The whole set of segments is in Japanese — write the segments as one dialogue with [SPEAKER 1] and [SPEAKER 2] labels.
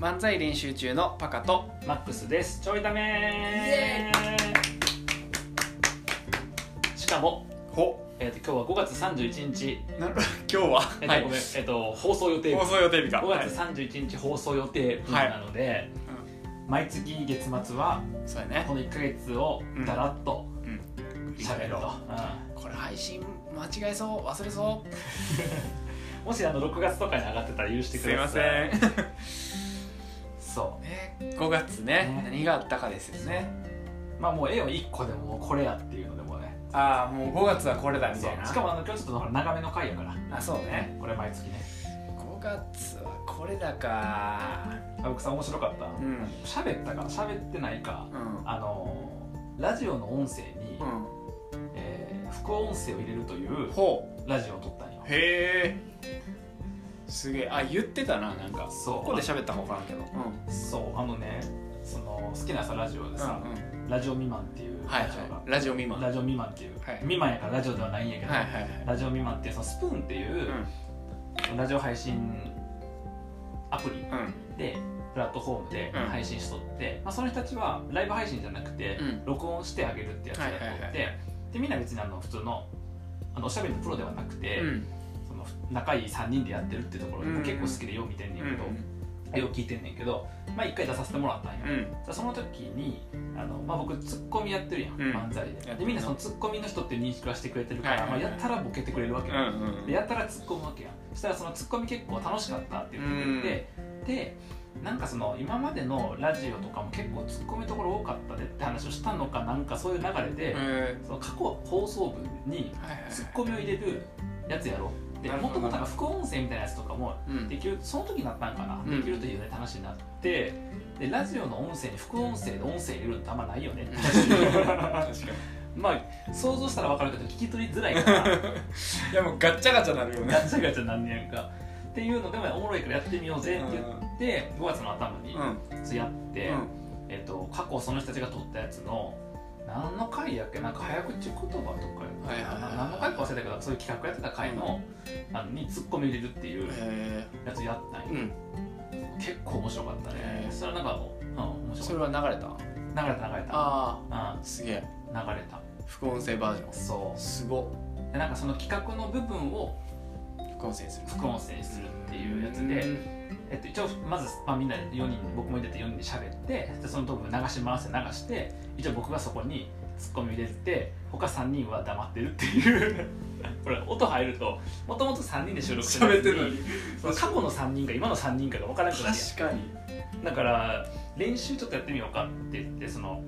[SPEAKER 1] 漫才練習中のパカと
[SPEAKER 2] マックスですちょいためしかも、
[SPEAKER 1] ほ
[SPEAKER 2] えー、と今日は5月31日、
[SPEAKER 1] な る今日は、
[SPEAKER 2] えーと
[SPEAKER 1] はい
[SPEAKER 2] ごめんえー、と放送予定日
[SPEAKER 1] 放送予定日か
[SPEAKER 2] 5月31日放送予定分なので、毎月月末は
[SPEAKER 1] はいそうやね
[SPEAKER 2] この1か月をだらっと
[SPEAKER 1] うん
[SPEAKER 2] しゃべると、うん
[SPEAKER 1] これ配信間違えそう忘れそ
[SPEAKER 2] もしあの6月とかに上がってたら許し
[SPEAKER 1] う
[SPEAKER 2] てください
[SPEAKER 1] すいません
[SPEAKER 2] そ
[SPEAKER 1] ね5月ね
[SPEAKER 2] ね
[SPEAKER 1] 何があったかですよね
[SPEAKER 2] うまあもう絵を1個でももうこれやっていうのでもね
[SPEAKER 1] ああもう5月はこれだみ
[SPEAKER 2] そ
[SPEAKER 1] たいな
[SPEAKER 2] うしかもあの今日ちょっとほら長めの回やから
[SPEAKER 1] あそうね
[SPEAKER 2] これ毎月ね
[SPEAKER 1] 5月はこれだか
[SPEAKER 2] 青木さん面白かった
[SPEAKER 1] うん
[SPEAKER 2] 喋ったか喋ってないか
[SPEAKER 1] うん
[SPEAKER 2] あのーラジオの音声に、
[SPEAKER 1] う
[SPEAKER 2] えー副音声を入れるというん
[SPEAKER 1] ほう
[SPEAKER 2] ラジオを撮ったんよ
[SPEAKER 1] へえすげえあ言ってたななんか
[SPEAKER 2] そう
[SPEAKER 1] ここで喋ったか分からんけどうん
[SPEAKER 2] そうあのねその好きなさラジオでさ、ラジオ未満っていう
[SPEAKER 1] はい
[SPEAKER 2] ラジオが、
[SPEAKER 1] はいラジオ未満は
[SPEAKER 2] ラ
[SPEAKER 1] い
[SPEAKER 2] ジオ未満っていう、
[SPEAKER 1] はい
[SPEAKER 2] 未満やからラジオではないんやけど、
[SPEAKER 1] はいはい
[SPEAKER 2] ラジオ未満っていうそのスプーンっていう、ラジオ配信アプリ
[SPEAKER 1] うんうん
[SPEAKER 2] でプラットフォームで
[SPEAKER 1] うん
[SPEAKER 2] 配信しとって、まあ、その人たちはライブ配信じゃなくて、
[SPEAKER 1] うん
[SPEAKER 2] 録音してあげるってやつをやっとって、
[SPEAKER 1] はいはいはいは
[SPEAKER 2] でみんな別にあの普通のあのおしゃべりのプロではなくて、
[SPEAKER 1] うん
[SPEAKER 2] その仲いい3人でやってるってところで
[SPEAKER 1] うん
[SPEAKER 2] 結構好きでよう見てんねんけど、
[SPEAKER 1] う
[SPEAKER 2] よう聞いてんねんけど、まあ、1回出させてもらったんよ、
[SPEAKER 1] ん
[SPEAKER 2] でその時にあの、まあ、僕ツッコミやってるやん、
[SPEAKER 1] うん
[SPEAKER 2] 漫才
[SPEAKER 1] や
[SPEAKER 2] で
[SPEAKER 1] って
[SPEAKER 2] で
[SPEAKER 1] る
[SPEAKER 2] みんなそのツッコミの人って認識はしてくれてるから、
[SPEAKER 1] はいはいはい
[SPEAKER 2] まあ、やったらボケてくれるわけよ、
[SPEAKER 1] うんうんうん
[SPEAKER 2] でやったら突っ込むわけやんそしたらその突っ込み結構楽しかったって言ってくれて、でなんかその今までのラジオとかも結構突っ込みところ多かったでって話をしたのかなんかそういう流れで、
[SPEAKER 1] え
[SPEAKER 2] その過去放送部に
[SPEAKER 1] ーはいはいはい
[SPEAKER 2] 突っ込みを入れるやつやろうで
[SPEAKER 1] なるほ
[SPEAKER 2] も
[SPEAKER 1] ど
[SPEAKER 2] ともとなんか副音声みたいなやつとかも
[SPEAKER 1] うん
[SPEAKER 2] できるその時になったんかな、
[SPEAKER 1] うん
[SPEAKER 2] できるというね話になってでラジオの音声に副音声で音声入れるってあんまないよねって話
[SPEAKER 1] か
[SPEAKER 2] まあ想像したら分かるけど聞き取りづらいから
[SPEAKER 1] にいやもうガッチャガチャなるよね
[SPEAKER 2] ガチャガチャなんねやんか。っていうのでもおもろいからやってみようぜって言って、5月の頭に
[SPEAKER 1] うんうん
[SPEAKER 2] やって、えっと、過去その人たちが撮ったやつの何の回やっけなんか早口言葉とかやったか
[SPEAKER 1] はいはいはい
[SPEAKER 2] な何の回か忘れたけどそういう企画やってた回の,、あのにツッコミ入れるっていう
[SPEAKER 1] へ
[SPEAKER 2] やつやった
[SPEAKER 1] え
[SPEAKER 2] ん
[SPEAKER 1] う
[SPEAKER 2] よ、
[SPEAKER 1] ん
[SPEAKER 2] 結構面白かったね
[SPEAKER 1] へ、ー
[SPEAKER 2] それはなんかもう、うん、面
[SPEAKER 1] そ
[SPEAKER 2] 白
[SPEAKER 1] れ
[SPEAKER 2] かっ
[SPEAKER 1] は流れた
[SPEAKER 2] た流れた流れた
[SPEAKER 1] あ
[SPEAKER 2] うん
[SPEAKER 1] あすげえ
[SPEAKER 2] 流れた
[SPEAKER 1] 副音声バージョ
[SPEAKER 2] そ
[SPEAKER 1] ンすごっ
[SPEAKER 2] うでなんかその企画の部分を
[SPEAKER 1] 副音声する
[SPEAKER 2] 副音声にするっていうやつで、えっと、一応まず、まあ、みんなで4人僕も入れて4人で喋ってでその部分流し回して流して一応僕がそこにツッコミ入れて他3人は黙ってるっていう これ音入るともともと3人で収録してやつ
[SPEAKER 1] 喋ってるのに
[SPEAKER 2] その過去の3人か今の3人かが分からなくなる
[SPEAKER 1] 確かに
[SPEAKER 2] やんだから練習ちょっとやってみようかって言ってその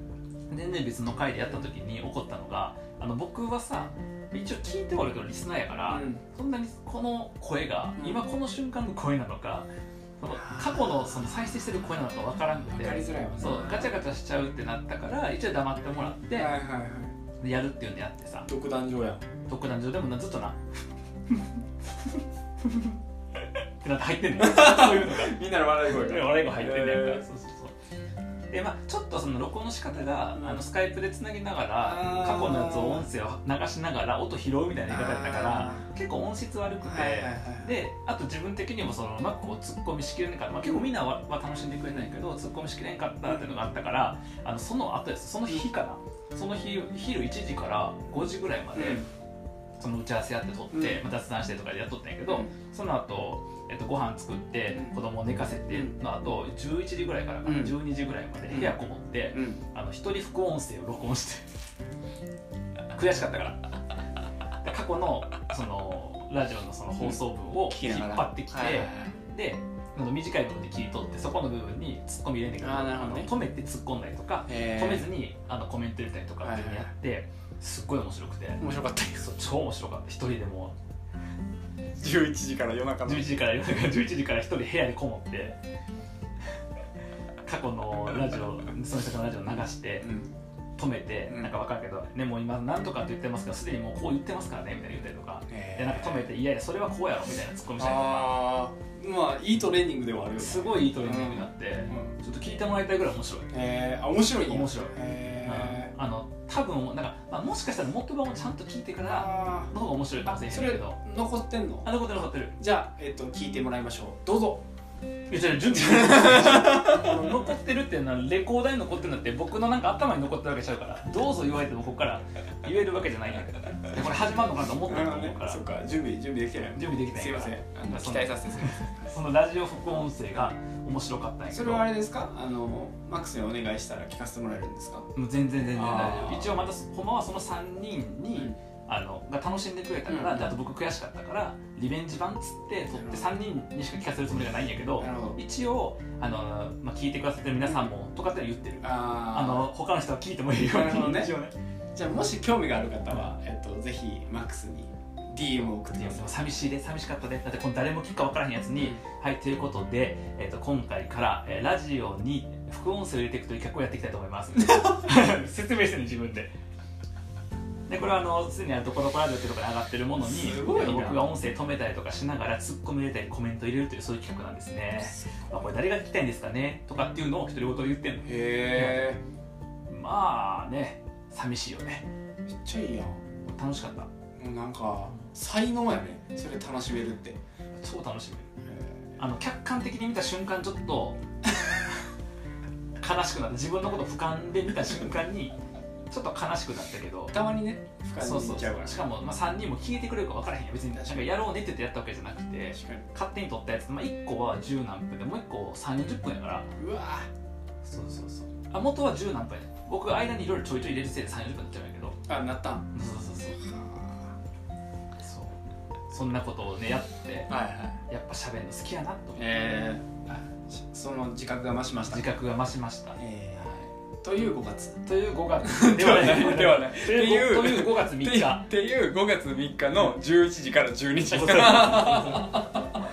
[SPEAKER 2] 全然別の回でやった時に起こったのがあの僕はさ一応聞いてはおるけどリスナーやから、そんなにこの声が
[SPEAKER 1] うん
[SPEAKER 2] 今この瞬間の声なのか、その過去のその再生してる声なのかわからんく
[SPEAKER 1] わかり
[SPEAKER 2] て
[SPEAKER 1] づらいわ
[SPEAKER 2] そうガチャガチャしちゃうってなったから一応黙ってもらって
[SPEAKER 1] はいはいはい
[SPEAKER 2] でやるっていうんでやってさ
[SPEAKER 1] 独壇場や
[SPEAKER 2] 特段上でもなずっとなってなって入ってんの よそういうのが
[SPEAKER 1] みんなの笑い声
[SPEAKER 2] 笑いが入ってんねんか
[SPEAKER 1] へ
[SPEAKER 2] ら
[SPEAKER 1] ー
[SPEAKER 2] そうそうそうでまあちょっとその録音の仕方があのスカイプでつなぎながら
[SPEAKER 1] あー
[SPEAKER 2] 過去のやつを音声を流しながら音拾うみたいな言い方やったから
[SPEAKER 1] あ
[SPEAKER 2] 結構音質悪くて、
[SPEAKER 1] はい
[SPEAKER 2] であと自分的にもそのうまくこう突っ込みしきれなかった、まあ、結構みんなはは楽しんでくれないけど突っ込みしきれんかったっていうのがあったからあのその後ですその日かなその日昼1時から5時ぐらいまで、その打ち合わせやって撮って、
[SPEAKER 1] うん
[SPEAKER 2] まあ雑談してとかでやっとったんやけ
[SPEAKER 1] う
[SPEAKER 2] ど、
[SPEAKER 1] ん
[SPEAKER 2] その後、えっとご飯作って
[SPEAKER 1] うん
[SPEAKER 2] 子供を寝かせての後11時ぐらいからかな、
[SPEAKER 1] うん
[SPEAKER 2] 12時ぐらいまで部屋こもって、
[SPEAKER 1] うん
[SPEAKER 2] あの一人副音声を録音して悔しかったからで過去のそのラジオのその放送分を
[SPEAKER 1] 聞き
[SPEAKER 2] 引っ
[SPEAKER 1] ながら
[SPEAKER 2] 張ってきて、
[SPEAKER 1] はいはいはい
[SPEAKER 2] であの短いもので切り取ってそこの部分に突っ込み入れんねんけど
[SPEAKER 1] あーなるほど
[SPEAKER 2] あ
[SPEAKER 1] ね
[SPEAKER 2] の止めて突っ込んだりとか、
[SPEAKER 1] へー
[SPEAKER 2] 止めずにあのコメント入れたりとかっていうのやって、すっごい面白くて、
[SPEAKER 1] 面白かったです
[SPEAKER 2] そう超面白かった一人でも
[SPEAKER 1] 11時から夜中
[SPEAKER 2] 11時から夜中11時から一人部屋にこもって過去のラジオその人のラジオ流して
[SPEAKER 1] うん
[SPEAKER 2] 止めて、
[SPEAKER 1] うん
[SPEAKER 2] なんか分かるけど、ね、もう今なんとかって言ってますけどすでにもうこう言ってますからねみたいな言ったりとか、でなんか止めていやいやそれはこうやろみたいなツッコミしたりとか
[SPEAKER 1] ああまあいいトレーニングではあるよね
[SPEAKER 2] すごいいいトレーニングになって、
[SPEAKER 1] う
[SPEAKER 2] ちょっと聞いてもらいたいぐらい面白い、
[SPEAKER 1] えーあ面白いんや
[SPEAKER 2] 面白い
[SPEAKER 1] へ
[SPEAKER 2] あの多分なんか、まあ、もしかしたら元版をちゃんと聞いてか
[SPEAKER 1] ー
[SPEAKER 2] ら
[SPEAKER 1] あ
[SPEAKER 2] の方が面白いかもしれ
[SPEAKER 1] ー
[SPEAKER 2] へん
[SPEAKER 1] そ
[SPEAKER 2] け
[SPEAKER 1] れ
[SPEAKER 2] ど
[SPEAKER 1] 残ってんの
[SPEAKER 2] あのこと残ってる
[SPEAKER 1] じゃあえっと聞いてもらいましょうどうぞ
[SPEAKER 2] いやじゃあ準備 残ってるっていうのはレコーダーに残ってるのって僕のなんか頭に残ってるわけちゃうからどうぞ言われてもここから言えるわけじゃないんだけどでこれ始まるのかなと思ってると思うから
[SPEAKER 1] そっか準備準備できてない
[SPEAKER 2] 準備できてない
[SPEAKER 1] すいませ
[SPEAKER 2] から
[SPEAKER 1] んあの
[SPEAKER 2] そ
[SPEAKER 1] 期
[SPEAKER 2] の
[SPEAKER 1] 待させてすいません
[SPEAKER 2] そのラジオ副音声が面白か ったんやけ
[SPEAKER 1] そ
[SPEAKER 2] ど
[SPEAKER 1] れはあれですかあのマックスにお願いしたら聞かせてもらえるんですか
[SPEAKER 2] もう全然全然大
[SPEAKER 1] あ
[SPEAKER 2] 丈
[SPEAKER 1] ー
[SPEAKER 2] 夫一応またほんまはその3人に、あのが楽しんでくれたから、
[SPEAKER 1] うん
[SPEAKER 2] であと僕悔しかったからリベンジ版っつって撮
[SPEAKER 1] なる
[SPEAKER 2] っ
[SPEAKER 1] ほ
[SPEAKER 2] て
[SPEAKER 1] ど
[SPEAKER 2] 3人にしか聞かせるつもりがないんやけど
[SPEAKER 1] なるほど
[SPEAKER 2] 一応あの、まあ、聞いてくださってる皆さんもとかって言ってる
[SPEAKER 1] あ
[SPEAKER 2] あ
[SPEAKER 1] ー
[SPEAKER 2] の他の人は聞いてもいいよ
[SPEAKER 1] なるほどね
[SPEAKER 2] 一応ね
[SPEAKER 1] じゃあもし興味がある方は、えっと、ぜひマックスに DM を送って
[SPEAKER 2] い
[SPEAKER 1] く
[SPEAKER 2] や
[SPEAKER 1] だ
[SPEAKER 2] で
[SPEAKER 1] さ
[SPEAKER 2] も
[SPEAKER 1] い
[SPEAKER 2] 寂しいで寂しかったでだってこの誰も聞くか分からへんやつに、はいということで、えっと今回から、えーラジオに副音声を入れていくという企画をやっていきたいと思 います説明してね自分ででこれはあのすでにあるところからラジオってところに上がってるものに
[SPEAKER 1] すごいな
[SPEAKER 2] 僕が音声止めたりとかしながらツッコミ入れたりコメント入れるというそういう企画なんですね、まあ、これ誰が聞きたいんですかねとかっていうのを独り言で言ってんの
[SPEAKER 1] へ
[SPEAKER 2] まあね寂しいよね
[SPEAKER 1] えめっちゃいいやんも
[SPEAKER 2] 楽しかった
[SPEAKER 1] うなんか才能やねそれ楽しめるってへ
[SPEAKER 2] 超楽しみ
[SPEAKER 1] え
[SPEAKER 2] あの客観的に見た瞬間ちょっと 悲しくなった自分のことを俯瞰で見た瞬間にちょっと悲しくなったけど
[SPEAKER 1] たまにね深
[SPEAKER 2] そう
[SPEAKER 1] に
[SPEAKER 2] そ
[SPEAKER 1] 行
[SPEAKER 2] う
[SPEAKER 1] っ
[SPEAKER 2] そ
[SPEAKER 1] ちゃうか
[SPEAKER 2] う
[SPEAKER 1] ら
[SPEAKER 2] しかも、まあ、3人も聞いてくれるか分からへんやん別になんかやろうねって言ってやったわけじゃなくて
[SPEAKER 1] 確か
[SPEAKER 2] 勝手に撮ったやつ、まあ、1個は10何分でもう1個30分やから
[SPEAKER 1] にうわ
[SPEAKER 2] そうそうそうあ元は10何分や僕が間にいろいろちょいちょい入れるせいで30分になっちゃうんやけど
[SPEAKER 1] ーあなったん
[SPEAKER 2] そうそうそうそうそんなことをねやって
[SPEAKER 1] はいはい
[SPEAKER 2] やっぱ喋るの好きやなと思って
[SPEAKER 1] えーあしその自覚が増しました
[SPEAKER 2] 自覚が増しました、 は
[SPEAKER 1] えー
[SPEAKER 2] い
[SPEAKER 1] という5月
[SPEAKER 2] という5月ではない
[SPEAKER 1] ではない
[SPEAKER 2] という
[SPEAKER 1] っていう
[SPEAKER 2] 5月3日
[SPEAKER 1] ていう5月3日の11時から12時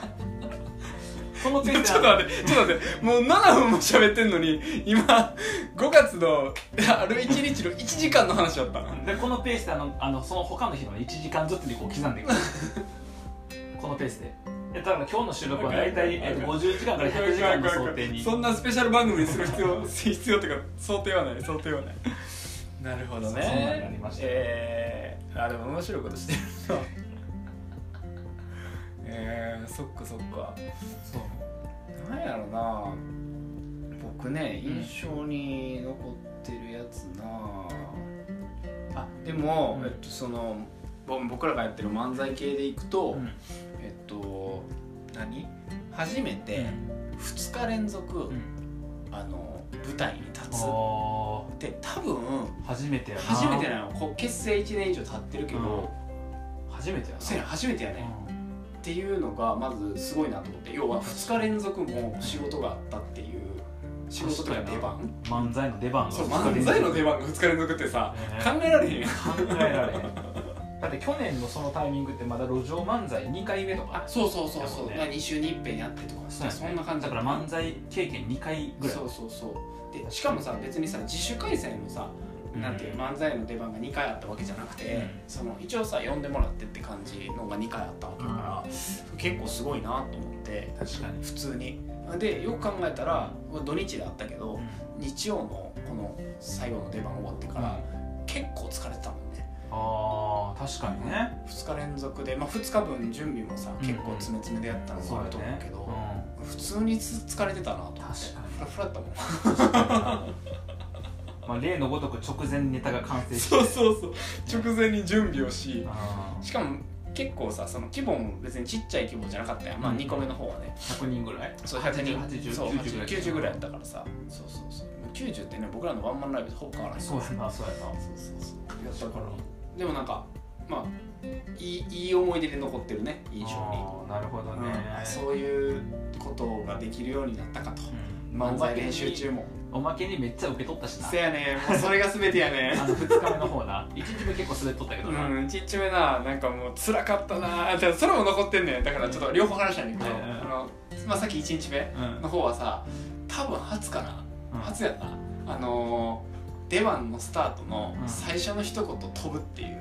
[SPEAKER 2] このペ
[SPEAKER 1] ちょ
[SPEAKER 2] ー
[SPEAKER 1] っ
[SPEAKER 2] ス
[SPEAKER 1] と待って、ちょっと待って、もう7分も喋ってんのに、今、5月の、いやある1日の1時間の話だったな。
[SPEAKER 2] ででこのペースであのあのその他の日の1時間ずつにこう刻んでいくこのペースでえだから今日の収録は大体、えっと、50時間から100時間の想定に
[SPEAKER 1] そんなスペシャル番組にする必要、必要というか、想定はない、想定はない。なるほど
[SPEAKER 2] ね
[SPEAKER 1] ね。
[SPEAKER 2] そうなんやりました
[SPEAKER 1] えー、あ、でも面白いことしてるな。 えー、そっかそっか。
[SPEAKER 2] そう
[SPEAKER 1] なんやろな僕ね印象に残ってるやつな、あでも、
[SPEAKER 2] うん
[SPEAKER 1] えっとその僕僕らがやってる漫才系でいくと、
[SPEAKER 2] うん
[SPEAKER 1] えっと何初めて2日連続、
[SPEAKER 2] ん
[SPEAKER 1] あの舞台に立つ
[SPEAKER 2] あ
[SPEAKER 1] で多分
[SPEAKER 2] ー初めてやな
[SPEAKER 1] 初めてなのこう結成1年以上経ってるけ
[SPEAKER 2] うん
[SPEAKER 1] ど、
[SPEAKER 2] 初めてやな
[SPEAKER 1] そうやね初めてやね、
[SPEAKER 2] うん
[SPEAKER 1] っていうのがまずすごいなと思って要は2日連続も仕事があったっていう仕事とか出番
[SPEAKER 2] 漫才の出番が
[SPEAKER 1] そう漫才の出番が2日連続ってさ
[SPEAKER 2] ね
[SPEAKER 1] 考えられへんやん
[SPEAKER 2] 考えられへんだって去年のそのタイミングってまだ路上漫才2回目とか
[SPEAKER 1] そうそうそうそう、
[SPEAKER 2] だもんね
[SPEAKER 1] まあ2週に一遍やってとか
[SPEAKER 2] そう
[SPEAKER 1] さ
[SPEAKER 2] や
[SPEAKER 1] そ
[SPEAKER 2] ね
[SPEAKER 1] んな感じ
[SPEAKER 2] だから漫才経験2回ぐらい
[SPEAKER 1] そうそうそうでしかもさ別にさ自主開催のさ、なんていう漫才の出番が2回あったわけじゃなくて、
[SPEAKER 2] うん
[SPEAKER 1] その一応さ呼んでもらってって感じのが2回あったわけだから、結構すごいなと思って
[SPEAKER 2] 確かに
[SPEAKER 1] 普通にでよく考えたら土日であったけど、
[SPEAKER 2] うん
[SPEAKER 1] 日曜のこの最後の出番終わってから、結構疲れてたもんね
[SPEAKER 2] あー確かにね
[SPEAKER 1] 2日連続で、まあ、2日分準備もさ、
[SPEAKER 2] うん
[SPEAKER 1] 結構詰め詰めでやったの
[SPEAKER 2] そう
[SPEAKER 1] もあ
[SPEAKER 2] だ
[SPEAKER 1] ると思
[SPEAKER 2] ね
[SPEAKER 1] うけど、
[SPEAKER 2] う
[SPEAKER 1] 普通につ疲れてたなと思って
[SPEAKER 2] 確かに
[SPEAKER 1] フラフラだった もん
[SPEAKER 2] んまあ例のごとく直前にネタが完成して
[SPEAKER 1] そうそうそう直前に準備をし
[SPEAKER 2] あー
[SPEAKER 1] しかも結構さその規模も別にちっちゃい規模じゃなかったやん、まあ、
[SPEAKER 2] うん
[SPEAKER 1] 2個目の方はね
[SPEAKER 2] 100人ぐらい
[SPEAKER 1] そう100人
[SPEAKER 2] 80
[SPEAKER 1] そう80
[SPEAKER 2] 90
[SPEAKER 1] 90ぐらいやったからさそうそうそう90ってね僕らのワンマンライブとほぼ変わらない
[SPEAKER 2] そうやなそうやな
[SPEAKER 1] そうそうそうやった
[SPEAKER 2] だ
[SPEAKER 1] か
[SPEAKER 2] から
[SPEAKER 1] らでもなんかまあいいいい思い出で残ってるね印象に、
[SPEAKER 2] あーなるほど
[SPEAKER 1] う
[SPEAKER 2] ね
[SPEAKER 1] んあそういうことができるようになったかと、
[SPEAKER 2] うん
[SPEAKER 1] 漫才練習中も
[SPEAKER 2] おまけにめっちゃ受け取ったしな
[SPEAKER 1] せやねんもうそれが全てやね ん
[SPEAKER 2] あの2日目の方な1日目結構滑っとったけどな
[SPEAKER 1] うん、ちっちめななんかもう辛かったなでもそれも残ってんねんだからちょっと両方話したいねんけど、
[SPEAKER 2] うん
[SPEAKER 1] あのまあ、さっき1日目
[SPEAKER 2] うん
[SPEAKER 1] の方はさ多分初かな
[SPEAKER 2] うん
[SPEAKER 1] 初やなあのー出番のスタートの最初の一言飛ぶって いう、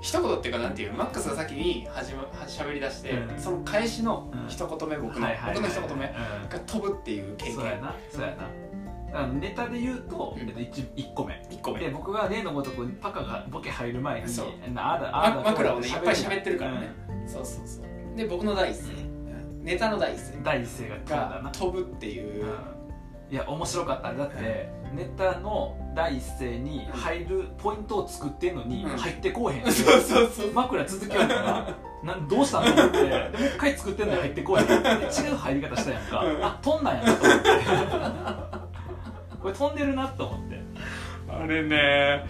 [SPEAKER 1] 一言っていうかなんていうマックスが先に始ま喋り出して、
[SPEAKER 2] うん
[SPEAKER 1] その返しの一言目、僕の、
[SPEAKER 2] はいはいはい
[SPEAKER 1] 僕の一言目が
[SPEAKER 2] うん
[SPEAKER 1] 飛ぶっていう経
[SPEAKER 2] そうや
[SPEAKER 1] 験
[SPEAKER 2] なそうやなだからネタで言う
[SPEAKER 1] う
[SPEAKER 2] と、
[SPEAKER 1] ん
[SPEAKER 2] えっと 1, 個目
[SPEAKER 1] 一個
[SPEAKER 2] で
[SPEAKER 1] 目
[SPEAKER 2] 僕は例のごとくパカがボケ入る前に
[SPEAKER 1] そう
[SPEAKER 2] なあだあ
[SPEAKER 1] ま
[SPEAKER 2] だ
[SPEAKER 1] 枕をねいっぱい喋ってる
[SPEAKER 2] か
[SPEAKER 1] からら
[SPEAKER 2] ね
[SPEAKER 1] ね、そうそうそうで僕の第一声、
[SPEAKER 2] う
[SPEAKER 1] ネタの第一声
[SPEAKER 2] 第一声が飛んだ
[SPEAKER 1] が
[SPEAKER 2] な、
[SPEAKER 1] 飛ぶっていう、
[SPEAKER 2] いや面白かっただって、ネタの第一声に入るポイントを作ってんのに、
[SPEAKER 1] うん
[SPEAKER 2] 入ってこうへん
[SPEAKER 1] そうそうそう
[SPEAKER 2] 枕続きある からなんどうしたんと思ってでもう一回作ってんのに入ってこうへんで違う入り方したやんか、
[SPEAKER 1] うん
[SPEAKER 2] あ飛んだんやなと思って これ飛んでるなと思って、
[SPEAKER 1] あれね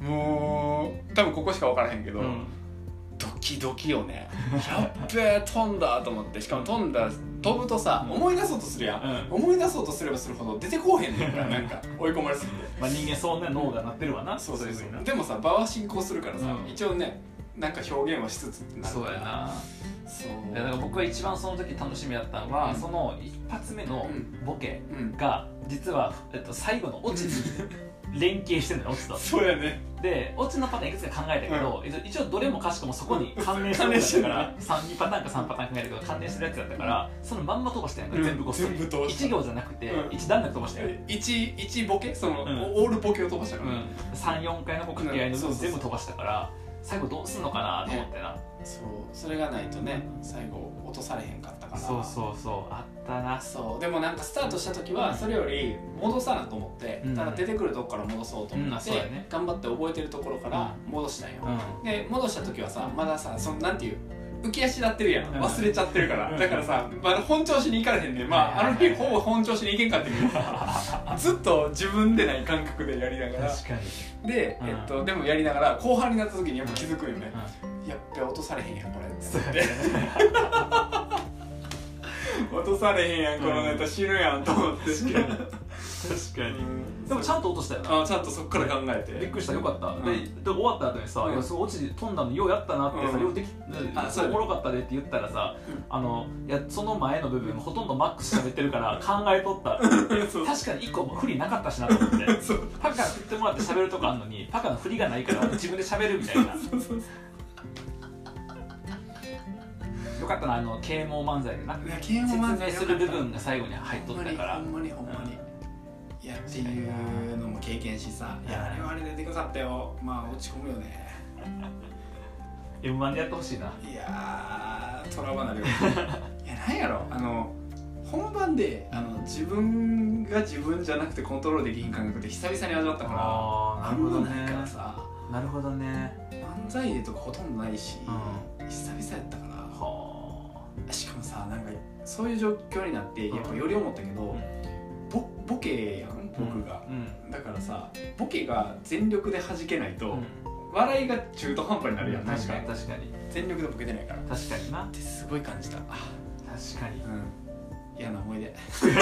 [SPEAKER 1] もう多分ここしか分からへんけど、
[SPEAKER 2] うん
[SPEAKER 1] ドキドキよねやっべえ飛んだと思ってしかも飛んだ飛ぶとさ、
[SPEAKER 2] うん
[SPEAKER 1] 思い出そうとするやん、
[SPEAKER 2] うん
[SPEAKER 1] 思い出そうとすればするほど出てこうへんねんからなんか追い込まれすぎて
[SPEAKER 2] まあ、人間そんな脳がなってるわな
[SPEAKER 1] そうそう
[SPEAKER 2] い
[SPEAKER 1] そ
[SPEAKER 2] ふにな
[SPEAKER 1] うでもさ場は進行するからさ、
[SPEAKER 2] うん
[SPEAKER 1] 一応ねなんか表現はしつつってなる
[SPEAKER 2] そうやな
[SPEAKER 1] そう
[SPEAKER 2] いやだから僕が一番その時楽しみやったのは、
[SPEAKER 1] うん
[SPEAKER 2] その一発目のボケ
[SPEAKER 1] うん
[SPEAKER 2] が実は、えっと、最後のオチに 連携してるのよオチと
[SPEAKER 1] そうやね
[SPEAKER 2] でオチのパターンいくつか考えたけど、一応一応どれもかしこもそこに関連してるやつだから三二パターンか3パターン考えたけど関連してるやつだったからそのまんま飛ばしてんの
[SPEAKER 1] うん
[SPEAKER 2] 全部こっそり
[SPEAKER 1] 全部飛ばした
[SPEAKER 2] 1行じゃなくて、
[SPEAKER 1] うん
[SPEAKER 2] 一段落飛ばしてる、
[SPEAKER 1] 一一ボケその、
[SPEAKER 2] うん
[SPEAKER 1] オールボケを飛ばした
[SPEAKER 2] う
[SPEAKER 1] から、
[SPEAKER 2] ん、34回のこう掛け合いの部
[SPEAKER 1] うんそうそ
[SPEAKER 2] 分
[SPEAKER 1] うそう
[SPEAKER 2] 全部飛ばしたから最後どうすんのかなと思ってな、
[SPEAKER 1] そうそれがないとね最後落とされへんかったから
[SPEAKER 2] そうそうそうあったな
[SPEAKER 1] そうでもなんかスタートした時はそれより戻さなと思って、
[SPEAKER 2] うん
[SPEAKER 1] ただ出てくるとこから戻そうと思
[SPEAKER 2] うん
[SPEAKER 1] っ
[SPEAKER 2] あ
[SPEAKER 1] て、
[SPEAKER 2] そうだね
[SPEAKER 1] 頑張って覚えてるところから戻したんよ、
[SPEAKER 2] う
[SPEAKER 1] で戻した時はさまださそのなんていう浮き足立ってるやん
[SPEAKER 2] うん
[SPEAKER 1] 忘れちゃってるから、
[SPEAKER 2] うん
[SPEAKER 1] だからさ、まだ本調子にいかれへんねんまあ
[SPEAKER 2] は
[SPEAKER 1] あ
[SPEAKER 2] い
[SPEAKER 1] の
[SPEAKER 2] はいは
[SPEAKER 1] 日
[SPEAKER 2] い
[SPEAKER 1] ほぼ本調子にいけんかっていうか ずっと自分でない感覚でやりながら
[SPEAKER 2] 確かに
[SPEAKER 1] で、
[SPEAKER 2] うん
[SPEAKER 1] えっと、でもやりながら後半になった時にやっぱ気づくよね、
[SPEAKER 2] う
[SPEAKER 1] やっべ落とされへんやんこれ
[SPEAKER 2] そうや ね
[SPEAKER 1] 落とされへんやんこのネタ死ぬやんと思って
[SPEAKER 2] 確かに確かにでもちゃんと落としたよな
[SPEAKER 1] あちゃんとそっから考え
[SPEAKER 2] びってくりしたよかった、
[SPEAKER 1] うん
[SPEAKER 2] でで終わった後にさ「
[SPEAKER 1] うん
[SPEAKER 2] いやそう落ち飛んだのようやったな」ってさ
[SPEAKER 1] う
[SPEAKER 2] 「
[SPEAKER 1] ん
[SPEAKER 2] ようでき
[SPEAKER 1] あそう
[SPEAKER 2] おもろかったで」って言ったらさ「
[SPEAKER 1] うん
[SPEAKER 2] あのいやその前の部分ほとんどマックス喋ってるから考えとった」
[SPEAKER 1] そう
[SPEAKER 2] 確かに一個も不利なかったしなと思って
[SPEAKER 1] そう
[SPEAKER 2] パカ振ってもらって喋るとこあんのにパカの振りがないから自分で喋るみたいな
[SPEAKER 1] そうそう
[SPEAKER 2] よかったなあの啓蒙漫才でな
[SPEAKER 1] 啓
[SPEAKER 2] 説
[SPEAKER 1] 蒙漫
[SPEAKER 2] 明
[SPEAKER 1] 才
[SPEAKER 2] する部分が最後に入っと
[SPEAKER 1] ほん
[SPEAKER 2] っ
[SPEAKER 1] ま
[SPEAKER 2] た
[SPEAKER 1] に
[SPEAKER 2] から
[SPEAKER 1] ほんまにほんまに、いやっていうのも経験しさいやあれはあれででかかったよまあ落ち込むよね
[SPEAKER 2] m 1でやってほしいない
[SPEAKER 1] やートラウマなるよいやなんやろあの本番であの自分が自分じゃなくてコントロールできひん感覚って久々に味わったから
[SPEAKER 2] あ
[SPEAKER 1] あんまないからさ
[SPEAKER 2] なるほどね
[SPEAKER 1] 漫才でとかほとんどないし、
[SPEAKER 2] う
[SPEAKER 1] 久々やったから
[SPEAKER 2] は
[SPEAKER 1] しかもさなんかそういう状況になってやっぱより思ったけど、
[SPEAKER 2] あ
[SPEAKER 1] ボボケやん僕が、
[SPEAKER 2] うん
[SPEAKER 1] だからさボケが全力で弾けないと、
[SPEAKER 2] うん
[SPEAKER 1] 笑いが中途半端になるやん
[SPEAKER 2] 確
[SPEAKER 1] 確か
[SPEAKER 2] かに確かに
[SPEAKER 1] 全力でボケてないからっ
[SPEAKER 2] 確かにな
[SPEAKER 1] てすごい感じたあ
[SPEAKER 2] 確かに
[SPEAKER 1] うん嫌な思い出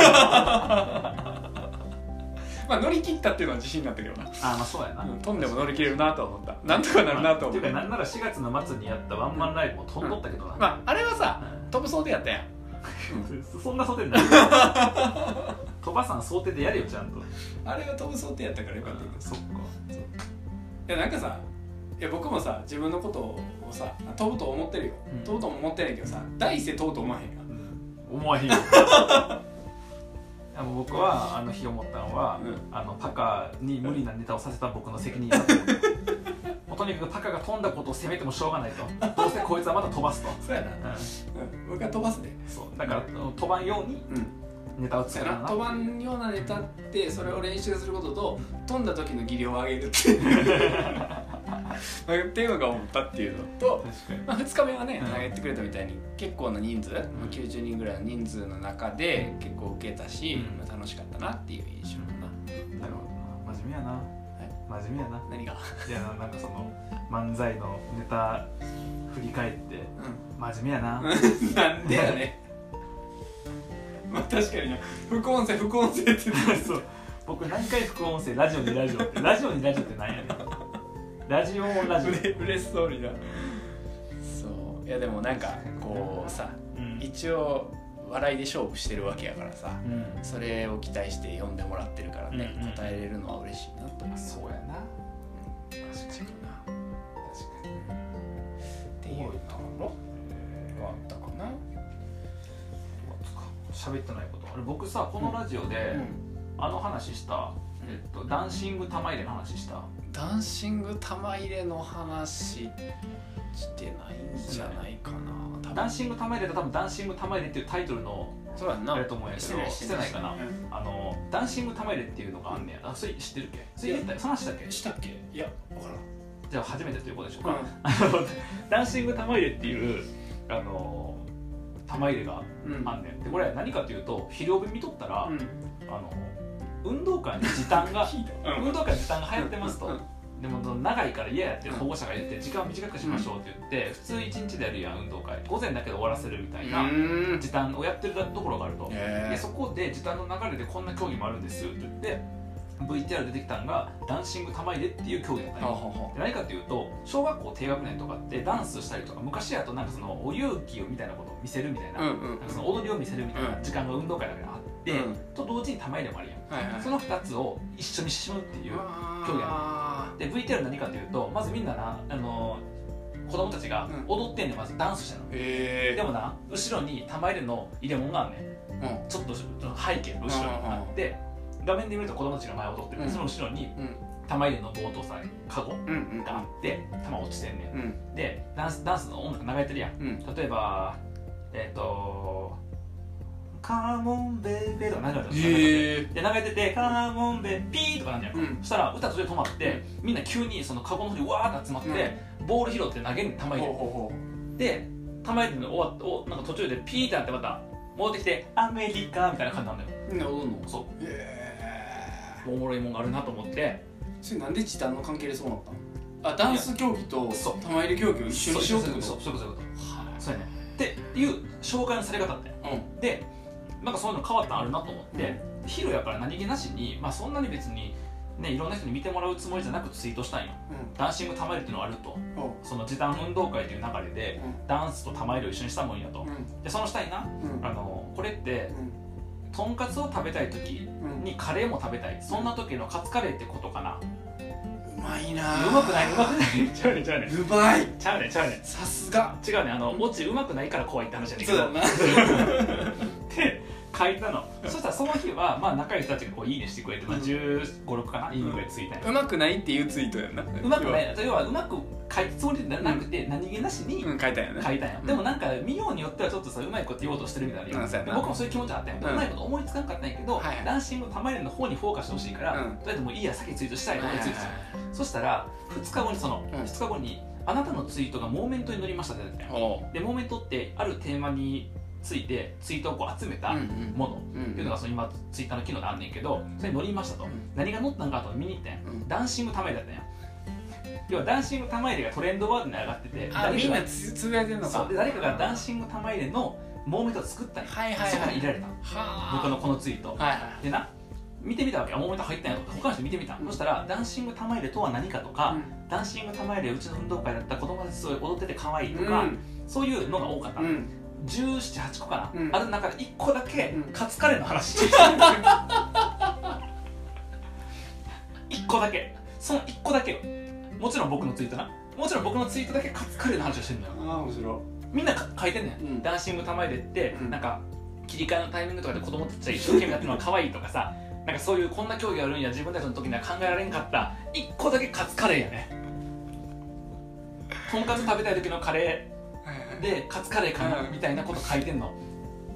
[SPEAKER 1] まあ乗り切ったっていうのは自信になったけどな、
[SPEAKER 2] あまあそうやな、
[SPEAKER 1] うん、飛んでも乗り切れるなとは思ったなんとかなるなとは思っ
[SPEAKER 2] ていうか
[SPEAKER 1] た
[SPEAKER 2] なんなら4月の末にやったワンマンライブも飛んどったけどな、
[SPEAKER 1] まああれはさ飛ぶ想定やったやん
[SPEAKER 2] うんそそんな想定ない飛ばさん想定でやれよちゃんと
[SPEAKER 1] あれは飛ぶ想定やったからよかったけど
[SPEAKER 2] そっか
[SPEAKER 1] いやなんかさいや僕もさ自分のことをさ飛ぶと思ってるよ、
[SPEAKER 2] うん
[SPEAKER 1] 飛ぶとも思ってないけどさ第一声飛ぶと思わへんやん
[SPEAKER 2] 思わへんよあの 僕はあの日思ったのは、
[SPEAKER 1] う
[SPEAKER 2] あのパカに無理なネタをさせた僕の責任だと思 ってもうとにかくパカが飛んだことを責めてもしょうがないとどうせこいつはまた飛ばすと、
[SPEAKER 1] そうやな、
[SPEAKER 2] う
[SPEAKER 1] うん、僕は飛ばすで、
[SPEAKER 2] ん、そうだから飛ばんように
[SPEAKER 1] うん、
[SPEAKER 2] ネタを
[SPEAKER 1] そう
[SPEAKER 2] 作
[SPEAKER 1] や
[SPEAKER 2] ら
[SPEAKER 1] な
[SPEAKER 2] な
[SPEAKER 1] 飛ばんようなネタってそれを練習することと飛んだ時の技量を上げるって いうっていうのが思ったっていうのと、
[SPEAKER 2] 確
[SPEAKER 1] ま
[SPEAKER 2] かに
[SPEAKER 1] あ、2日目はね
[SPEAKER 2] うん
[SPEAKER 1] 言ってくれたみたいに結構な人数、まあ90人ぐらいの人数の中で結構受けたし、
[SPEAKER 2] うん
[SPEAKER 1] まあ楽しかったなっていう印象だな
[SPEAKER 2] なるほどな真面目やな真面目やな
[SPEAKER 1] 何が、
[SPEAKER 2] いやなんかその漫才のネタ振り返って真面目やな
[SPEAKER 1] なんでやねまあ確かにな副音声副音声って言ってた
[SPEAKER 2] そう僕何回副音声ラジオにラジオってラジオにラジオってなんやねんラジオもラジオ
[SPEAKER 1] うれ嬉しそうになそういやでもなんかこうさ
[SPEAKER 2] うん
[SPEAKER 1] 一応笑いで勝負してるわけやからさ
[SPEAKER 2] うん
[SPEAKER 1] それを期待して読んでもらってるからね、
[SPEAKER 2] うんうん
[SPEAKER 1] 答えれるのは嬉しいなと思
[SPEAKER 2] そうやな
[SPEAKER 1] う
[SPEAKER 2] 確かに
[SPEAKER 1] な
[SPEAKER 2] 確か
[SPEAKER 1] っていうところがあったかな
[SPEAKER 2] に喋ってないことあれ僕さこのラジオで、あの話した、えっと、ダンシング玉入れの話した
[SPEAKER 1] ダンシング玉入れの話してないんじゃないかな多
[SPEAKER 2] ダンシング玉入れ」と多分「ダンシング玉入れ」っていうタイトルの
[SPEAKER 1] そうやんな
[SPEAKER 2] あれだと思うんやけどしてないかな
[SPEAKER 1] うん
[SPEAKER 2] あのダンシング玉入れっていうのがあんねやあそれ知ってるっけそれ言ったその話だっけ
[SPEAKER 1] したっけいや分からん
[SPEAKER 2] じゃあ初めてということでしょう
[SPEAKER 1] う
[SPEAKER 2] か、
[SPEAKER 1] ん
[SPEAKER 2] あの ダンシング玉入れっていうあの玉入れが
[SPEAKER 1] うん
[SPEAKER 2] あんねんでこれ何かというと肥料分見とったら、
[SPEAKER 1] うん
[SPEAKER 2] あの運動会の時短が
[SPEAKER 1] うん
[SPEAKER 2] 運動会の時短が流行ってますと、
[SPEAKER 1] うん
[SPEAKER 2] でも長いから嫌やって
[SPEAKER 1] うん
[SPEAKER 2] 保護者が言って時間を短くしましょうって言って、普通一日でやるやん運動会午前だけで終わらせるみたいな
[SPEAKER 1] うん
[SPEAKER 2] 時短をやってるところがあると、
[SPEAKER 1] へ
[SPEAKER 2] で
[SPEAKER 1] え
[SPEAKER 2] そこで時短の流れでこんな競技もあるんですよって言って VTR 出てきたのがダンシング玉入れっていう競技だったん
[SPEAKER 1] ほう
[SPEAKER 2] よ
[SPEAKER 1] ほうほ
[SPEAKER 2] で何かっていうと小学校低学年とかってダンスしたりとか昔やとなんかそのお勇気をみたいなことを見せるみたいな,、
[SPEAKER 1] ううんうん
[SPEAKER 2] なんかその踊りを見せるみたいな
[SPEAKER 1] うん
[SPEAKER 2] 時間が運動会だけであって、
[SPEAKER 1] うん
[SPEAKER 2] と同時に玉入れもあるやん、
[SPEAKER 1] はいはい
[SPEAKER 2] その2つを一緒にしまうっていう競技
[SPEAKER 1] あ
[SPEAKER 2] で VTR 何かというとまずみんななあのー子供たちが
[SPEAKER 1] うん
[SPEAKER 2] 踊ってんねんまずダンスしてんの、
[SPEAKER 1] ええ
[SPEAKER 2] でもな後ろに玉入れの入れ物があんねん
[SPEAKER 1] うんうん
[SPEAKER 2] ちょっとちょっと背景の後ろにあって画面で見ると子供たちが前踊ってる、
[SPEAKER 1] うん
[SPEAKER 2] その後ろに
[SPEAKER 1] うん
[SPEAKER 2] 玉入れの棒とさカゴ
[SPEAKER 1] うんうん
[SPEAKER 2] があって玉落ちてんねん
[SPEAKER 1] うん
[SPEAKER 2] でダンスダンスの音楽流れてるやん
[SPEAKER 1] うん
[SPEAKER 2] 例えばえっ、と「カーモンベイベー」とか流れてる
[SPEAKER 1] へえ
[SPEAKER 2] で流れてて「カーモンベイピー」とかなんじゃん、
[SPEAKER 1] うん
[SPEAKER 2] そしたら歌途中で止まってみんな急にそのカゴの方にわーって集まって、ボール拾って投げるの
[SPEAKER 1] ほ
[SPEAKER 2] 玉
[SPEAKER 1] う
[SPEAKER 2] 入
[SPEAKER 1] ほ
[SPEAKER 2] れ
[SPEAKER 1] うほ
[SPEAKER 2] で玉入れの終わっおなんか途中でピーってなってまた戻ってきて「アメリカ」みたいな感じなんだよ
[SPEAKER 1] うみんな踊るの
[SPEAKER 2] そ
[SPEAKER 1] え
[SPEAKER 2] うおもろいもんがあるなと思って
[SPEAKER 1] えそれなんで時短の関係でそうなったのあダンス競技と
[SPEAKER 2] そう
[SPEAKER 1] 玉入れ競技を一緒にしようって
[SPEAKER 2] そ
[SPEAKER 1] こ
[SPEAKER 2] う
[SPEAKER 1] と
[SPEAKER 2] そうそういうことそういうこと
[SPEAKER 1] は
[SPEAKER 2] そうやねっていう紹介のされ方って
[SPEAKER 1] いうん
[SPEAKER 2] でなんかそういうの変わったのあるなと思って、昼やから何気なしに、まあ、そんなに別に、ね、いろんな人に見てもらうつもりじゃなくツイートしたんよダンシング玉入れっていうのがあると
[SPEAKER 1] うん
[SPEAKER 2] その時短運動会という流れでダンスと玉入れを一緒にしたもんやと
[SPEAKER 1] うん
[SPEAKER 2] でその下にな
[SPEAKER 1] うん
[SPEAKER 2] あのこれって
[SPEAKER 1] う
[SPEAKER 2] とんかつを食べたい時
[SPEAKER 1] んうん
[SPEAKER 2] にカレーも食べたいそんな時のカツカレーってことかな
[SPEAKER 1] うまいな
[SPEAKER 2] う
[SPEAKER 1] ー
[SPEAKER 2] まくないうまくないちゃうねんちゃうねん
[SPEAKER 1] うまい
[SPEAKER 2] ちゃうねんちゃうねん
[SPEAKER 1] さすが
[SPEAKER 2] 違うねんあのオチうまくないから怖いって話じゃねんけ
[SPEAKER 1] そう
[SPEAKER 2] ど
[SPEAKER 1] だな
[SPEAKER 2] って書いたのそしたらその日は、まあ、仲良い人たちがこういいねしてくれて、まあ、1 5 6かないいねぐらいついたんや
[SPEAKER 1] うまくないっていうツイートやんな
[SPEAKER 2] うまくない要はうまく書いたつもりでなくて、何気なしに
[SPEAKER 1] うん書いたんや
[SPEAKER 2] 書
[SPEAKER 1] ない
[SPEAKER 2] たんや、
[SPEAKER 1] うん
[SPEAKER 2] でもなんか見ようによってはちょっとさうまいこと言おうとしてるみたいなの
[SPEAKER 1] う
[SPEAKER 2] あるやん、
[SPEAKER 1] んそうやな
[SPEAKER 2] 僕もそういう気持ちあったんや、
[SPEAKER 1] うん
[SPEAKER 2] うまいこと思いつかんかったんやけど、
[SPEAKER 1] はいはい
[SPEAKER 2] ダンシング玉入れの方にフォーカスしてほしいから、
[SPEAKER 1] うん
[SPEAKER 2] とりあえずもういいや先ツイートしたいと思ってツイートした、
[SPEAKER 1] は
[SPEAKER 2] そしたら2日後にその、
[SPEAKER 1] うん
[SPEAKER 2] 2日後に「あなたのツイートがモーメントに載りました」ってなったん
[SPEAKER 1] い
[SPEAKER 2] や
[SPEAKER 1] おう
[SPEAKER 2] でモーメントってあるテーマについてツイートをこう集めた
[SPEAKER 1] うん
[SPEAKER 2] もの、
[SPEAKER 1] うん
[SPEAKER 2] っていうのがその今ツイッターの機能であんねんけどそれに乗りましたと、
[SPEAKER 1] うん
[SPEAKER 2] 何が乗ったんかと見に行ったんや、
[SPEAKER 1] うん
[SPEAKER 2] ダンシング玉入れだったんや要はダンシング玉入れがトレンドワードに上がってて
[SPEAKER 1] あ
[SPEAKER 2] 誰かが
[SPEAKER 1] みんなつつぶやいてんの
[SPEAKER 2] そ
[SPEAKER 1] か
[SPEAKER 2] うで誰かがダン
[SPEAKER 1] ス
[SPEAKER 2] シング玉入れのモーメントを作ったんや、
[SPEAKER 1] はいはい
[SPEAKER 2] そこ
[SPEAKER 1] は
[SPEAKER 2] に
[SPEAKER 1] い
[SPEAKER 2] 入れられた
[SPEAKER 1] は
[SPEAKER 2] 僕のこのツイート、
[SPEAKER 1] はいはい
[SPEAKER 2] でな見てみたわけあモーメント入ったんやと思って他の人見てみた、
[SPEAKER 1] うん
[SPEAKER 2] そしたらダンシング玉入れとは何かとか、
[SPEAKER 1] うん
[SPEAKER 2] ダンシング玉入れうちの運動会だった子供たちすごい踊ってて可愛いとか、そういうのが多かった、
[SPEAKER 1] うんうん
[SPEAKER 2] 178個かな、
[SPEAKER 1] うん
[SPEAKER 2] ある中で1個だけ
[SPEAKER 1] うん
[SPEAKER 2] カツカレーの話1個だけその1個だけよもちろん僕のツイートなもちろん僕のツイートだけカツカレーの話をしてんのよ
[SPEAKER 1] ああ面白
[SPEAKER 2] みんなか書いてんねん、
[SPEAKER 1] うん
[SPEAKER 2] ダンシング玉入れって、
[SPEAKER 1] うん
[SPEAKER 2] なんか切り替えのタイミングとかで子供たちが一生懸 命やってるのが可愛いとかさなんかそういうこんな競技あるんや自分たちの時には考えられんかった1個だけカツカレーやねとんかつ食べたい時のカレー
[SPEAKER 1] い
[SPEAKER 2] でカツカレーかな
[SPEAKER 1] うん
[SPEAKER 2] みたいなこと書いてんの。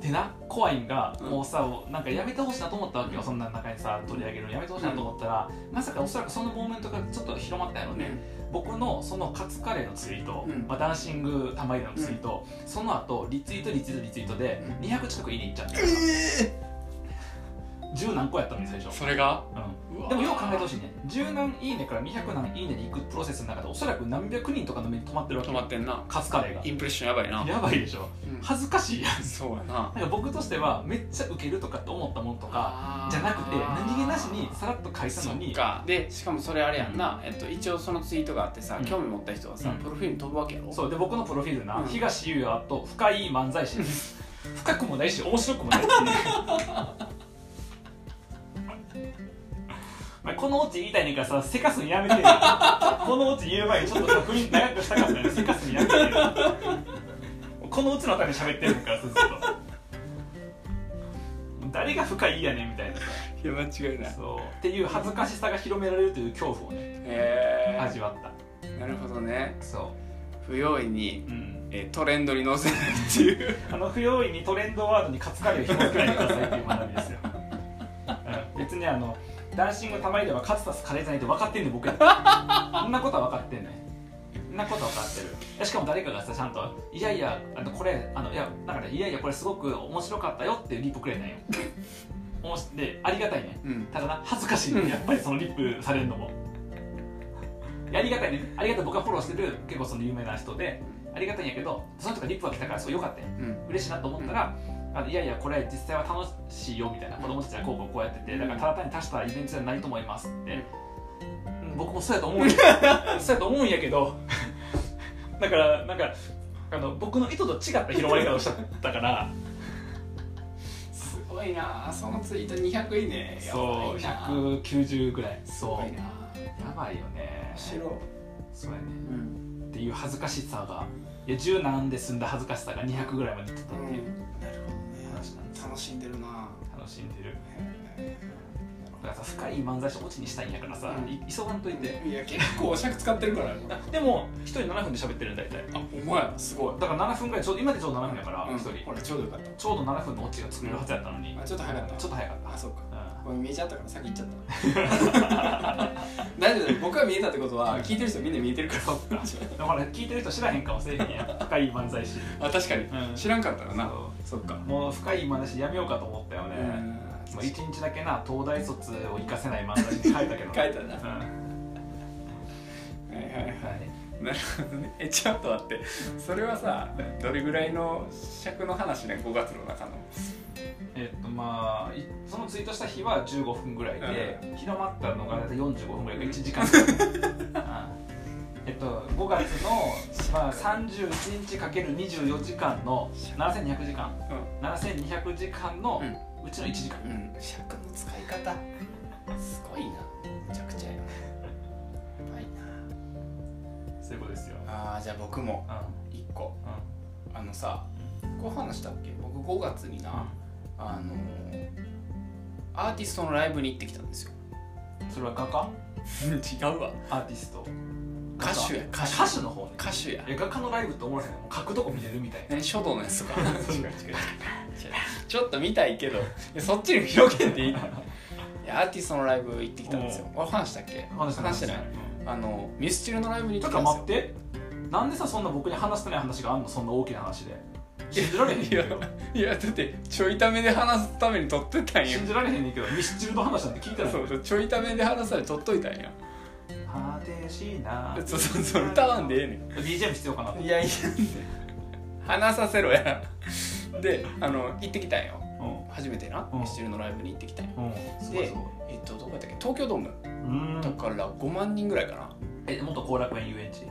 [SPEAKER 2] でな怖いんが
[SPEAKER 1] うん
[SPEAKER 2] もうさ、なんかやめてほしいなと思ったわけよそんな中にさ取り上げるのやめてほしいなと思ったら、まさかおそらくそのモーメントがちょっと広まったやろね、僕のそのカツカレーのツイート、
[SPEAKER 1] うん
[SPEAKER 2] まあ、ダンシング玉入れのツイート、その後リツイートリツイートリツイートで
[SPEAKER 1] うん
[SPEAKER 2] 200近くいいねいっちゃって
[SPEAKER 1] え
[SPEAKER 2] 10何個やったのに最初
[SPEAKER 1] え、それがう
[SPEAKER 2] う、
[SPEAKER 1] んわ
[SPEAKER 2] でもよう考えてほしいね10何いいねから200何いいねに行くプロセスの中でおそらく何百人とかの目に止まってるわけ
[SPEAKER 1] 止まってんな
[SPEAKER 2] カツカレーが
[SPEAKER 1] インプレッションやばいな
[SPEAKER 2] やばいでしょ
[SPEAKER 1] うん
[SPEAKER 2] 恥ずかしいやん
[SPEAKER 1] そうやな
[SPEAKER 2] なんか僕としてはめっちゃウケるとかって思ったものとかじゃなくて何気なしにさらっと書いた
[SPEAKER 1] そ
[SPEAKER 2] のに
[SPEAKER 1] っかでしかもそれあれやんな、えっと、一応そのツイートがあってさ、
[SPEAKER 2] うん
[SPEAKER 1] 興味持った人はさ、
[SPEAKER 2] うん
[SPEAKER 1] プロフィールに飛ぶわけやろ
[SPEAKER 2] そうで僕のプロフィールな、
[SPEAKER 1] うん
[SPEAKER 2] 東優也と深い漫才師です深くもないし面白くも ないっていうまあこのオチ言いたいねんからさせかすにやめてよこのオチ言う前にちょっとさ雰囲気長くしたかったのにせかすにやめてよこのオチのために喋ってるからさずっと誰が深いやねんみたいなさ
[SPEAKER 1] いや間違いない
[SPEAKER 2] そうっていう恥ずかしさが広められるという恐怖をね
[SPEAKER 1] へえ
[SPEAKER 2] 味わった
[SPEAKER 1] なるほどね
[SPEAKER 2] そ
[SPEAKER 1] 不用意に
[SPEAKER 2] ううん
[SPEAKER 1] えートレンドに載せないっていう
[SPEAKER 2] あの不用意にトレンドワードにカツカレーを紐付けないでくださいっていう学びですよ、うん別にあのダンシング玉入れはカツ足すカレーじゃないって分かってんねん僕やってそんなことは分かってんねんそんなことは分かってるしかも誰かがさちゃんと「いやいやあのこれあのいやなんかねいやいやこれすごく面白かったよ」っていうリップくれないよおもしでありがたいね
[SPEAKER 1] うん
[SPEAKER 2] ただな恥ずかしいねやっぱりそのリップされるのもやりがたいねありがたい僕がフォローしてる結構その有名な人でありがたいんやけどその人がリップが来たからすごい良かったよ
[SPEAKER 1] うん
[SPEAKER 2] 嬉しいなと思ったら、あのいやいやこれ実際は楽しいよみたいな子供たちはこうこうこうやっててだからただ単に足したイベントじゃないと思いますって、うん僕もそうやと思 うんやそうやと思うんやけどだからなんかあの僕の意図と違った広まり方をしちゃったから
[SPEAKER 1] すごいなあそのツイート200いいねやば
[SPEAKER 2] そう
[SPEAKER 1] いなあ
[SPEAKER 2] 190ぐらい
[SPEAKER 1] すご
[SPEAKER 2] そ
[SPEAKER 1] いうな
[SPEAKER 2] や
[SPEAKER 1] あ
[SPEAKER 2] ばいよね
[SPEAKER 1] 白
[SPEAKER 2] そうやね
[SPEAKER 1] うん
[SPEAKER 2] っていう恥ずかしさがいや10何で済んだ恥ずかしさが200ぐらいまでいってたっていう
[SPEAKER 1] なるほどね
[SPEAKER 2] 話なんです
[SPEAKER 1] 楽しんでるな
[SPEAKER 2] 楽しんでる
[SPEAKER 1] へ
[SPEAKER 2] だからさ深い漫才師をオチにしたいんやからさ、い急がんといて
[SPEAKER 1] えいや結構尺使ってる から
[SPEAKER 2] あでも1人7分で喋ってるんだ大体
[SPEAKER 1] あお前すごい
[SPEAKER 2] だから7分ぐらいちょうど今でちょうど7分やから
[SPEAKER 1] うん
[SPEAKER 2] 1人、
[SPEAKER 1] ほらちょうどよかっ
[SPEAKER 2] ちょうど7分のオチが作れるはずやったのに、
[SPEAKER 1] たあちょっと早かった
[SPEAKER 2] ちょっと早かった
[SPEAKER 1] あそうか
[SPEAKER 2] うん
[SPEAKER 1] これ見えちゃったから先行っちゃった 大丈夫だよ僕が見えたってことは聞いてる人みんな見えてるから
[SPEAKER 2] そっかだから聞いてる人知らへんかもしれへんや ん深い漫才師
[SPEAKER 1] あ確かに
[SPEAKER 2] うん
[SPEAKER 1] 知らんかったらな
[SPEAKER 2] そ
[SPEAKER 1] そっか
[SPEAKER 2] うもう深い漫才師やめようかと思ったよ
[SPEAKER 1] う
[SPEAKER 2] ね、
[SPEAKER 1] ん
[SPEAKER 2] もう1日だけな東大卒を生かせない漫才師に書いた けど
[SPEAKER 1] 書いたな
[SPEAKER 2] うんはい
[SPEAKER 1] はいはいはいなるほどねえちょっと待ってそれはさどれぐらいの尺の話ね5月の中の
[SPEAKER 2] えっとまあいそのツイートした日は15分ぐらいで、広まったのが大体45分ぐらいか1時間 ぐらいうんえっと5月の、まあ、31日かける24時間の7200時間7200時間のうちの1時間
[SPEAKER 1] うん、うん、尺の使い方すごいなめちゃくちゃやなやばいな
[SPEAKER 2] そういうことですよ、
[SPEAKER 1] あーじゃあ僕も
[SPEAKER 2] うん
[SPEAKER 1] 一個
[SPEAKER 2] うん
[SPEAKER 1] あのさこう話したっけ僕5月になあのアーティストのライブに行ってきたんですよ
[SPEAKER 2] それは画家
[SPEAKER 1] 違うわ
[SPEAKER 2] アーティスト
[SPEAKER 1] 歌手や歌
[SPEAKER 2] 歌
[SPEAKER 1] 手
[SPEAKER 2] 手歌手の方ね
[SPEAKER 1] 歌手や
[SPEAKER 2] え画家のライブって思わへんもう書くとこ見れるみたいな
[SPEAKER 1] 何書道のやつと か
[SPEAKER 2] 違う違う違う
[SPEAKER 1] ちょっと見たいけどいやそっちに広げんでいいいやアーティストのライブ行ってきたんですよ俺話したっけ
[SPEAKER 2] 話してない
[SPEAKER 1] してないあのミスチルのライブに
[SPEAKER 2] ち
[SPEAKER 1] 行っきた
[SPEAKER 2] ょってと待っ
[SPEAKER 1] んで
[SPEAKER 2] てなんでさそんな僕に話してない話があんのそんな大きな話で信じられへんねん
[SPEAKER 1] す
[SPEAKER 2] け
[SPEAKER 1] よ
[SPEAKER 2] ど
[SPEAKER 1] いやいやだってちょいためで話すために撮ってたんよ
[SPEAKER 2] 信じられへんねんけどミスチルの話なんて聞いたら
[SPEAKER 1] そうそうちょいためで話され撮っといたんや
[SPEAKER 2] 果てしいな
[SPEAKER 1] そうそうそう歌わんでええねん
[SPEAKER 2] BGM 必要かなと思っ
[SPEAKER 1] いやいや話させろやであの行ってきたんよ初めてな、
[SPEAKER 2] うん
[SPEAKER 1] ミスチルのライブに行ってきたんよ
[SPEAKER 2] てうんうんすごいすごい
[SPEAKER 1] えっとどこやったっけ東京ドーム
[SPEAKER 2] う
[SPEAKER 1] だ
[SPEAKER 2] ん
[SPEAKER 1] から5万人ぐらいかな、
[SPEAKER 2] え元後楽園遊園地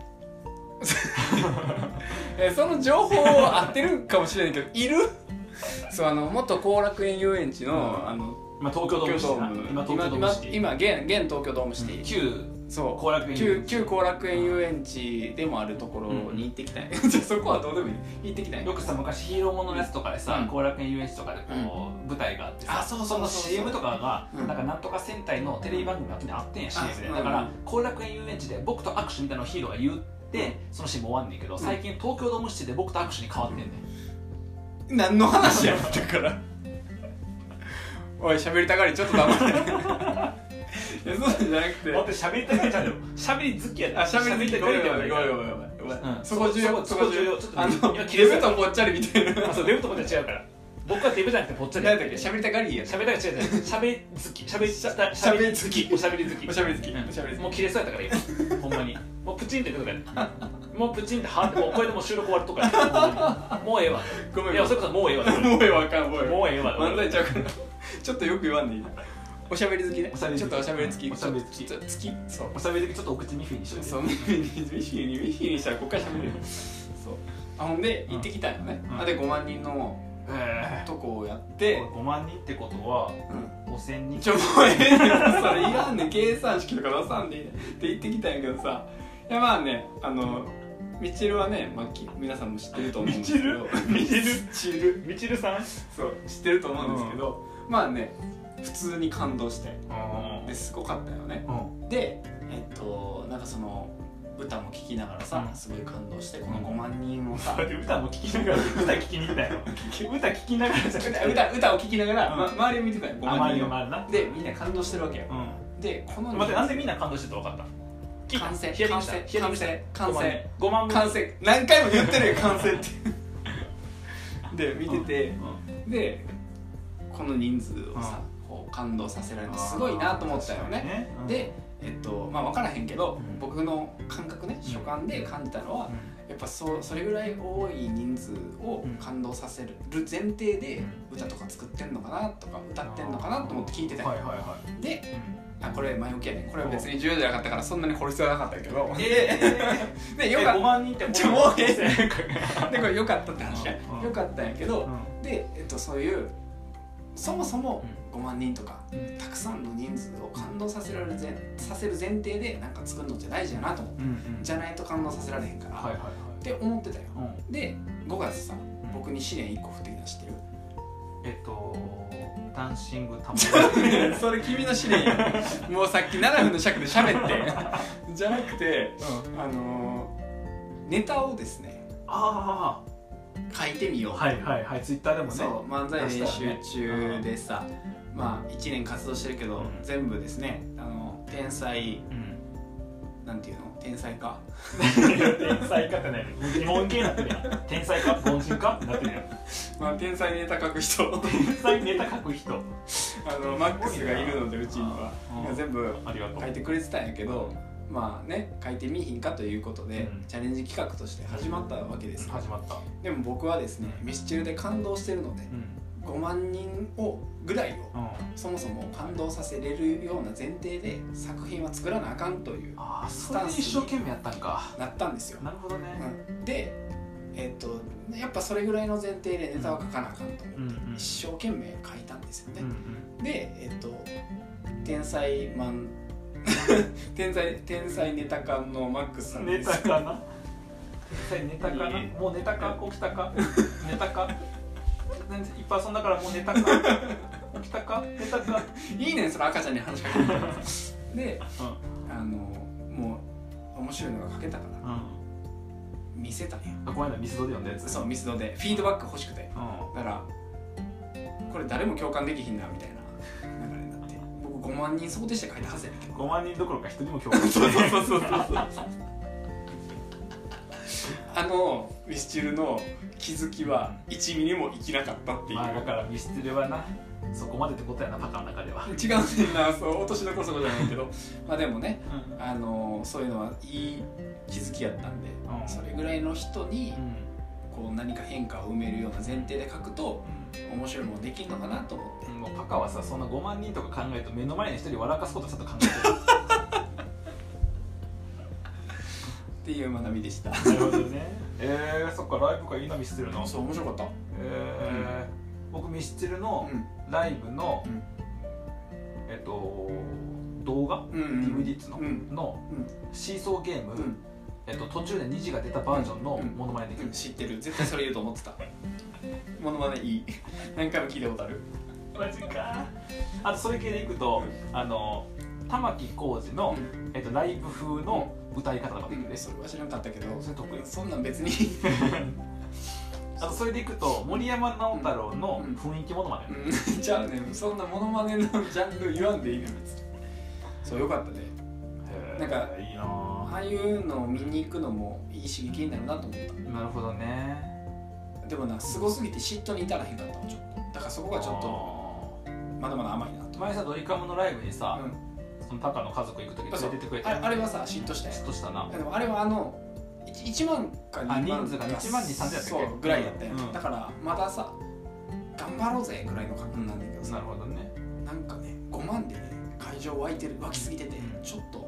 [SPEAKER 1] えその情報は合ってるかもしれないけどいる そうあの元後楽園遊園地の,、
[SPEAKER 2] うん
[SPEAKER 1] あの
[SPEAKER 2] 今東京ドームシティな今東京ドームシティ
[SPEAKER 1] 今今今現現東京ドームシティ、
[SPEAKER 2] 旧
[SPEAKER 1] そう
[SPEAKER 2] 後楽園遊
[SPEAKER 1] 旧
[SPEAKER 2] 園地
[SPEAKER 1] 旧後楽園遊園地でもあるところに行ってきたんや、じゃあそこはどうでもいい行ってきたんや
[SPEAKER 2] よくさ昔ヒーローもののやつとかで
[SPEAKER 1] う
[SPEAKER 2] さ
[SPEAKER 1] ん
[SPEAKER 2] 後楽園遊園地とかでこう舞台があってさ
[SPEAKER 1] あそうそうそう
[SPEAKER 2] の
[SPEAKER 1] そう
[SPEAKER 2] CM とか
[SPEAKER 1] う
[SPEAKER 2] が
[SPEAKER 1] ん
[SPEAKER 2] なんかなんとか戦隊のテレビ番組の後にあってんや CM で
[SPEAKER 1] あ
[SPEAKER 2] だか
[SPEAKER 1] うん
[SPEAKER 2] ら後楽園遊園地で僕と握手みたいなのをヒーローが言ってそのシーンも終わんねんけど最近東京ドームシティで僕と握手に変わってんねん
[SPEAKER 1] 何の話やったからおい喋りたがりちょっと黙って いやそうじゃなくて
[SPEAKER 2] って喋りたいじゃんよ喋り好きや
[SPEAKER 1] あ、しゃべりたい。ごめんごめんごめん
[SPEAKER 2] よ
[SPEAKER 1] ごめんごめん
[SPEAKER 2] うん
[SPEAKER 1] そこ重要、
[SPEAKER 2] そこそこ重要
[SPEAKER 1] あ
[SPEAKER 2] ちょっと
[SPEAKER 1] の、
[SPEAKER 2] 今切
[SPEAKER 1] 切
[SPEAKER 2] れ
[SPEAKER 1] れ
[SPEAKER 2] そ
[SPEAKER 1] 目
[SPEAKER 2] う
[SPEAKER 1] とぽっちゃりみたいな。
[SPEAKER 2] あそうデブとこで違うから僕はデブじゃなくてぽっちゃり
[SPEAKER 1] 何だっけ、しゃべりたがりや。
[SPEAKER 2] 喋りたい違う違う喋り好き喋りた
[SPEAKER 1] しゃべり好き
[SPEAKER 2] おしゃべり好き
[SPEAKER 1] おしゃべり好き
[SPEAKER 2] うん
[SPEAKER 1] おしゃべり好き
[SPEAKER 2] もう切れそうやったから 今ほんまにもうプチンってくるからもうプチンってはってもうこれでもう収録終わるとかやほんまにもうええわ
[SPEAKER 1] ごめんご
[SPEAKER 2] いや
[SPEAKER 1] めん
[SPEAKER 2] それこそもうええわ
[SPEAKER 1] もうええわあかん、もうええ
[SPEAKER 2] も
[SPEAKER 1] わ。
[SPEAKER 2] うええわ
[SPEAKER 1] 漫才ちゃうから。ちょっとよく言わんでいい。おしゃべり好きね
[SPEAKER 2] おしゃべ。り好き
[SPEAKER 1] ちょっとおしゃべり好き。
[SPEAKER 2] おしゃべり好き
[SPEAKER 1] ちょっと好き。そう。
[SPEAKER 2] おしゃべり好きちょっとお口ミフィにしといて
[SPEAKER 1] そう、ミヒに、ミヒに、ミヒにしたら5回しゃべるよ。そう。あ、ほんで、行ってきたんよね
[SPEAKER 2] う。ん
[SPEAKER 1] あ、で、5万人の
[SPEAKER 2] え
[SPEAKER 1] とこをやっ
[SPEAKER 2] え
[SPEAKER 1] て、
[SPEAKER 2] 5万人ってことは
[SPEAKER 1] うん。
[SPEAKER 2] 5000人
[SPEAKER 1] ちょもうええねんそれいらんねん計算式とか出さんでいいねんって言ってきたんやけどさいやまあねあのみちるはね、まあ、き皆さんも知ってると思うんですけど
[SPEAKER 2] みちる
[SPEAKER 1] みちる
[SPEAKER 2] みちるさん
[SPEAKER 1] そう知ってると思うんですけど、まあね普通に感動してですごかったよね
[SPEAKER 2] うん
[SPEAKER 1] でえっとなんかその歌も聴きながらさ、
[SPEAKER 2] うん
[SPEAKER 1] すごい感動してこの5万人をさ
[SPEAKER 2] だって歌も聴きながら歌聴きに行ったよ歌聴きながらじゃな
[SPEAKER 1] 歌
[SPEAKER 2] くて
[SPEAKER 1] 歌歌を聴きながら、
[SPEAKER 2] うん
[SPEAKER 1] ま周りを見てくれ5
[SPEAKER 2] あま
[SPEAKER 1] 万
[SPEAKER 2] り
[SPEAKER 1] 人
[SPEAKER 2] の
[SPEAKER 1] を
[SPEAKER 2] もあるな
[SPEAKER 1] でみんな感動してるわけよ
[SPEAKER 2] う
[SPEAKER 1] でこの
[SPEAKER 2] ん待ってなんでみんな感動してると分かった聞いた
[SPEAKER 1] 完成
[SPEAKER 2] ヒアリングした
[SPEAKER 1] 完成
[SPEAKER 2] ヒアリングした
[SPEAKER 1] 完成
[SPEAKER 2] 5万人
[SPEAKER 1] 完成何回も言って るよ完成ってで見
[SPEAKER 2] 5
[SPEAKER 1] て
[SPEAKER 2] 万
[SPEAKER 1] て
[SPEAKER 2] 人うん
[SPEAKER 1] でこの人数をさ、こう感動させられてすごいなと思ったよね
[SPEAKER 2] うん
[SPEAKER 1] で、えっとまあ、分からへんけど、
[SPEAKER 2] うん
[SPEAKER 1] 僕の感覚ね所感で感じたのは、やっぱそうそれぐらい多い人数を感動させる前提で歌とか作ってんのかなとか歌ってんのかなと思って聞いてたよ
[SPEAKER 2] はいはいは
[SPEAKER 1] で
[SPEAKER 2] い
[SPEAKER 1] あこれ前置きやねこれは別に重要じゃなかったからそんなに掘る必要はなかったけ ど
[SPEAKER 2] え
[SPEAKER 1] で
[SPEAKER 2] え
[SPEAKER 1] よか
[SPEAKER 2] 5万人って
[SPEAKER 1] ちょもうえ
[SPEAKER 2] え
[SPEAKER 1] でこれ良かったって話や
[SPEAKER 2] うん
[SPEAKER 1] 良かったんやけどで、えっと、そういうそもそも5万人とか
[SPEAKER 2] うん
[SPEAKER 1] たくさんの人数を感動させられる前させる前提でなんか作るのって大事やなと思ってじ
[SPEAKER 2] ゃ
[SPEAKER 1] ゃないと感動させられへんから、
[SPEAKER 2] はいはいは
[SPEAKER 1] って思ってたよ
[SPEAKER 2] いうん
[SPEAKER 1] で5月さ僕に試練1個降ってきたの知ってる
[SPEAKER 2] えっとダンシング たま
[SPEAKER 1] それ君の試練やもうさっき7分の尺で喋ってじゃなくてあのーネタをですね
[SPEAKER 2] あ
[SPEAKER 1] 書いてみよ
[SPEAKER 2] あ
[SPEAKER 1] う、
[SPEAKER 2] はいはいはいツイッターでもね
[SPEAKER 1] そう漫才練習中でさ、
[SPEAKER 2] ん
[SPEAKER 1] まあ1年活動してるけど、
[SPEAKER 2] うん
[SPEAKER 1] 全部ですねあの天才
[SPEAKER 2] うん
[SPEAKER 1] なんていうの天才か
[SPEAKER 2] 天才かってね疑問系になってるやん天才か凡人かってなってるやん
[SPEAKER 1] まあ天才ネタ書く人
[SPEAKER 2] 天才ネタ書く人
[SPEAKER 1] あのマックスがいるのでうちには
[SPEAKER 2] うん
[SPEAKER 1] まあ全部
[SPEAKER 2] ありがとう
[SPEAKER 1] 書いてくれてたんやけどまあね書いてみいひんかということで、
[SPEAKER 2] うん
[SPEAKER 1] チャレンジ企画として始まったわけです、
[SPEAKER 2] 始まった
[SPEAKER 1] でも僕はですねミスチルで感動してるので
[SPEAKER 2] うん
[SPEAKER 1] 5万人をぐらいを
[SPEAKER 2] うん
[SPEAKER 1] そもそも感動させれるような前提で作品は作らなあかんという
[SPEAKER 2] ああそ
[SPEAKER 1] れ
[SPEAKER 2] れ
[SPEAKER 1] で
[SPEAKER 2] で
[SPEAKER 1] 一
[SPEAKER 2] 一
[SPEAKER 1] 生
[SPEAKER 2] 生
[SPEAKER 1] 懸
[SPEAKER 2] 懸命やったんか
[SPEAKER 1] なったんですよ、
[SPEAKER 2] なるほどね
[SPEAKER 1] うんでえっとやっぱそれぐらいの前提でネタは書かなあかんと思って、
[SPEAKER 2] うんうん
[SPEAKER 1] 一生懸命書いたんですよね、
[SPEAKER 2] うん
[SPEAKER 1] でえっと天才マ ン天才天才ネタ館のマックスさ
[SPEAKER 2] うんん
[SPEAKER 1] で
[SPEAKER 2] ネ
[SPEAKER 1] す
[SPEAKER 2] タかなネタかない
[SPEAKER 1] い
[SPEAKER 2] もうネタか起きた かネタかなんでいっぱい遊んだからもうネタか起きたかネタか
[SPEAKER 1] いいねんその赤ちゃんに話しかけてで
[SPEAKER 2] う
[SPEAKER 1] あのもう面白いのが書けたから
[SPEAKER 2] ん
[SPEAKER 1] 見せたんや
[SPEAKER 2] あこの間ミスドで読んだやつ
[SPEAKER 1] そうミスドでフィードバック欲しくて
[SPEAKER 2] うん
[SPEAKER 1] だからこれ誰も共感できひんなみたいな流れになって僕5万人想定して書いたはずやねんけど
[SPEAKER 2] 5万人どころか一人も 共感して
[SPEAKER 1] そ
[SPEAKER 2] な
[SPEAKER 1] う
[SPEAKER 2] い
[SPEAKER 1] そうそうそうそうあのミスチルの気づきは1ミリも生きなかったっていう、
[SPEAKER 2] まあだからミステルはなそこまでってことやなパカの中では
[SPEAKER 1] 違うねんなそう落としどころそこじゃないけどまあでもねあのそういうのはいい気づきやったんで、
[SPEAKER 2] うん
[SPEAKER 1] それぐらいの人に
[SPEAKER 2] うん
[SPEAKER 1] こう何か変化を埋めるような前提で書くと面白いものできるのかなと思って
[SPEAKER 2] うんもうパカはさそんな5万人とか考えると目の前の一人笑かすことちょっと考えてる
[SPEAKER 1] っていう学びでした
[SPEAKER 2] なるほどね。えー、そっか、ライブがいいな、ミスチルの。
[SPEAKER 1] そう面白かった
[SPEAKER 2] えー、僕、ミスチルの
[SPEAKER 1] う
[SPEAKER 2] ライブの、
[SPEAKER 1] うん
[SPEAKER 2] えっと、動画、
[SPEAKER 1] んうん
[SPEAKER 2] DVD っつうの、
[SPEAKER 1] うん
[SPEAKER 2] の
[SPEAKER 1] うん
[SPEAKER 2] シーソーゲーム、
[SPEAKER 1] うん
[SPEAKER 2] えっと、途中で虹が出たバージョンの
[SPEAKER 1] うん
[SPEAKER 2] モノマネでき
[SPEAKER 1] う
[SPEAKER 2] る
[SPEAKER 1] ん、。知ってる絶対それ言うと思ってたモノマネいい何回も聞いたことある
[SPEAKER 2] マジか。あと、それ系でいくと、あの、玉置浩二の、えっと、ライブ風の歌い方とかできる
[SPEAKER 1] うん、
[SPEAKER 2] ね。
[SPEAKER 1] それは知らなかったけど
[SPEAKER 2] それ得意
[SPEAKER 1] そんなん別に
[SPEAKER 2] あとそれでいくと森山直太朗の
[SPEAKER 1] うん
[SPEAKER 2] 雰囲気モノマネ、
[SPEAKER 1] うんじゃあねそんなモノマネのジャンル言わんでいいのよ別にそうよかったね
[SPEAKER 2] へー
[SPEAKER 1] なんか
[SPEAKER 2] いいなぁ
[SPEAKER 1] ああいうのを見に行くのもいい刺激になるなと思っ
[SPEAKER 2] なるほどね
[SPEAKER 1] たでもなすごすぎて嫉妬に至らへんかったわちょっとだからそこがちょっと
[SPEAKER 2] と
[SPEAKER 1] まだまだ甘いなと
[SPEAKER 2] 前さドリカムのライブにさ、
[SPEAKER 1] うん
[SPEAKER 2] そのタカの家族行く時に連れてってくれ
[SPEAKER 1] あ
[SPEAKER 2] た
[SPEAKER 1] れあれはさ嫉妬したやん
[SPEAKER 2] 嫉妬したな
[SPEAKER 1] あでもあれはあの 1, 万か2万
[SPEAKER 2] あ人数が1万人3000やったっけ
[SPEAKER 1] そうぐらいだったよ、
[SPEAKER 2] うん
[SPEAKER 1] だからまださ頑張ろうぜぐらいの感覚なんだけど
[SPEAKER 2] な
[SPEAKER 1] さ
[SPEAKER 2] る、ほどね、
[SPEAKER 1] なんかね5万でね会場沸いてる沸きすぎててちょっとなんか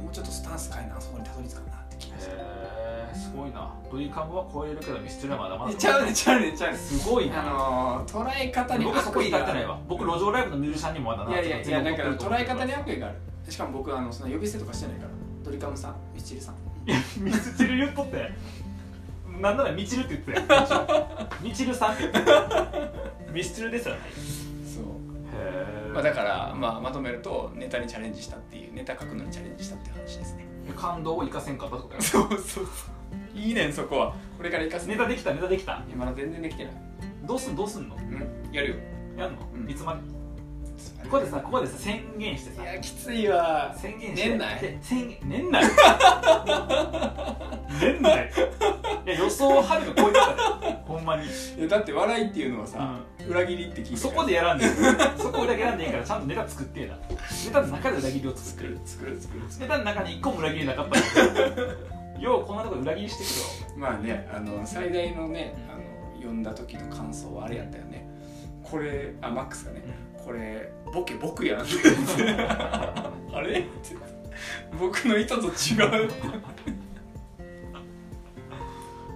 [SPEAKER 1] もうちょっとスタンス変えなあそこにたどり着かんなって気がして
[SPEAKER 2] へえすごいなドリカムは超えるけどミスチルはまだまだ
[SPEAKER 1] ちゃうねちゃうねちゃうね
[SPEAKER 2] すごい
[SPEAKER 1] あ
[SPEAKER 2] な
[SPEAKER 1] のー、捉え方に
[SPEAKER 2] 僕そこ
[SPEAKER 1] 悪意
[SPEAKER 2] 至
[SPEAKER 1] が
[SPEAKER 2] って
[SPEAKER 1] あ
[SPEAKER 2] な
[SPEAKER 1] る
[SPEAKER 2] いわ僕路上ライブのミュージシャンにもまだない
[SPEAKER 1] やいやいやだから捉え方に
[SPEAKER 2] ね
[SPEAKER 1] 悪意があるしかも僕あのその呼び捨てとかしてないからドリカムさんミッチルさん
[SPEAKER 2] ミスチル言っとってなんならミチルって言ってたよミチルさんって言ってたよミスチルですよね
[SPEAKER 1] そう
[SPEAKER 2] へ
[SPEAKER 1] まあ、だから、まあ、まとめるとネタにチャレンジしたっていうネタ書くのにチャレンジしたっていう話ですね
[SPEAKER 2] 感動を生かせんかったとか
[SPEAKER 1] そうそうそういいねんそこはこれから活かす
[SPEAKER 2] ネタできたネタできた
[SPEAKER 1] 今まだ全然できてない
[SPEAKER 2] どうすんどうすんの
[SPEAKER 1] うんやるよ
[SPEAKER 2] やんの、
[SPEAKER 1] うん
[SPEAKER 2] いつまでここでさここでさ宣言してさ
[SPEAKER 1] いやきついわ
[SPEAKER 2] 宣言して
[SPEAKER 1] 年内
[SPEAKER 2] で宣言 年内年内いや予想をはるか超えてたでほんまに
[SPEAKER 1] いやだって笑いっていうのはさ、裏切りって聞いてる
[SPEAKER 2] そこでやらんでいいそこだけやらんでいいからちゃんとネタ作ってえなネタの中で裏切りを作
[SPEAKER 1] 作
[SPEAKER 2] る
[SPEAKER 1] る作る作る作
[SPEAKER 2] ネ
[SPEAKER 1] る
[SPEAKER 2] タの中に一個も裏切りなかった らようこんなとこ裏切りしてく
[SPEAKER 1] まあねあの最大のねあの読んだ時の感想はあれやったよねこれあマックスがね
[SPEAKER 2] るわ
[SPEAKER 1] これボケ僕やん あれって僕の意図と違う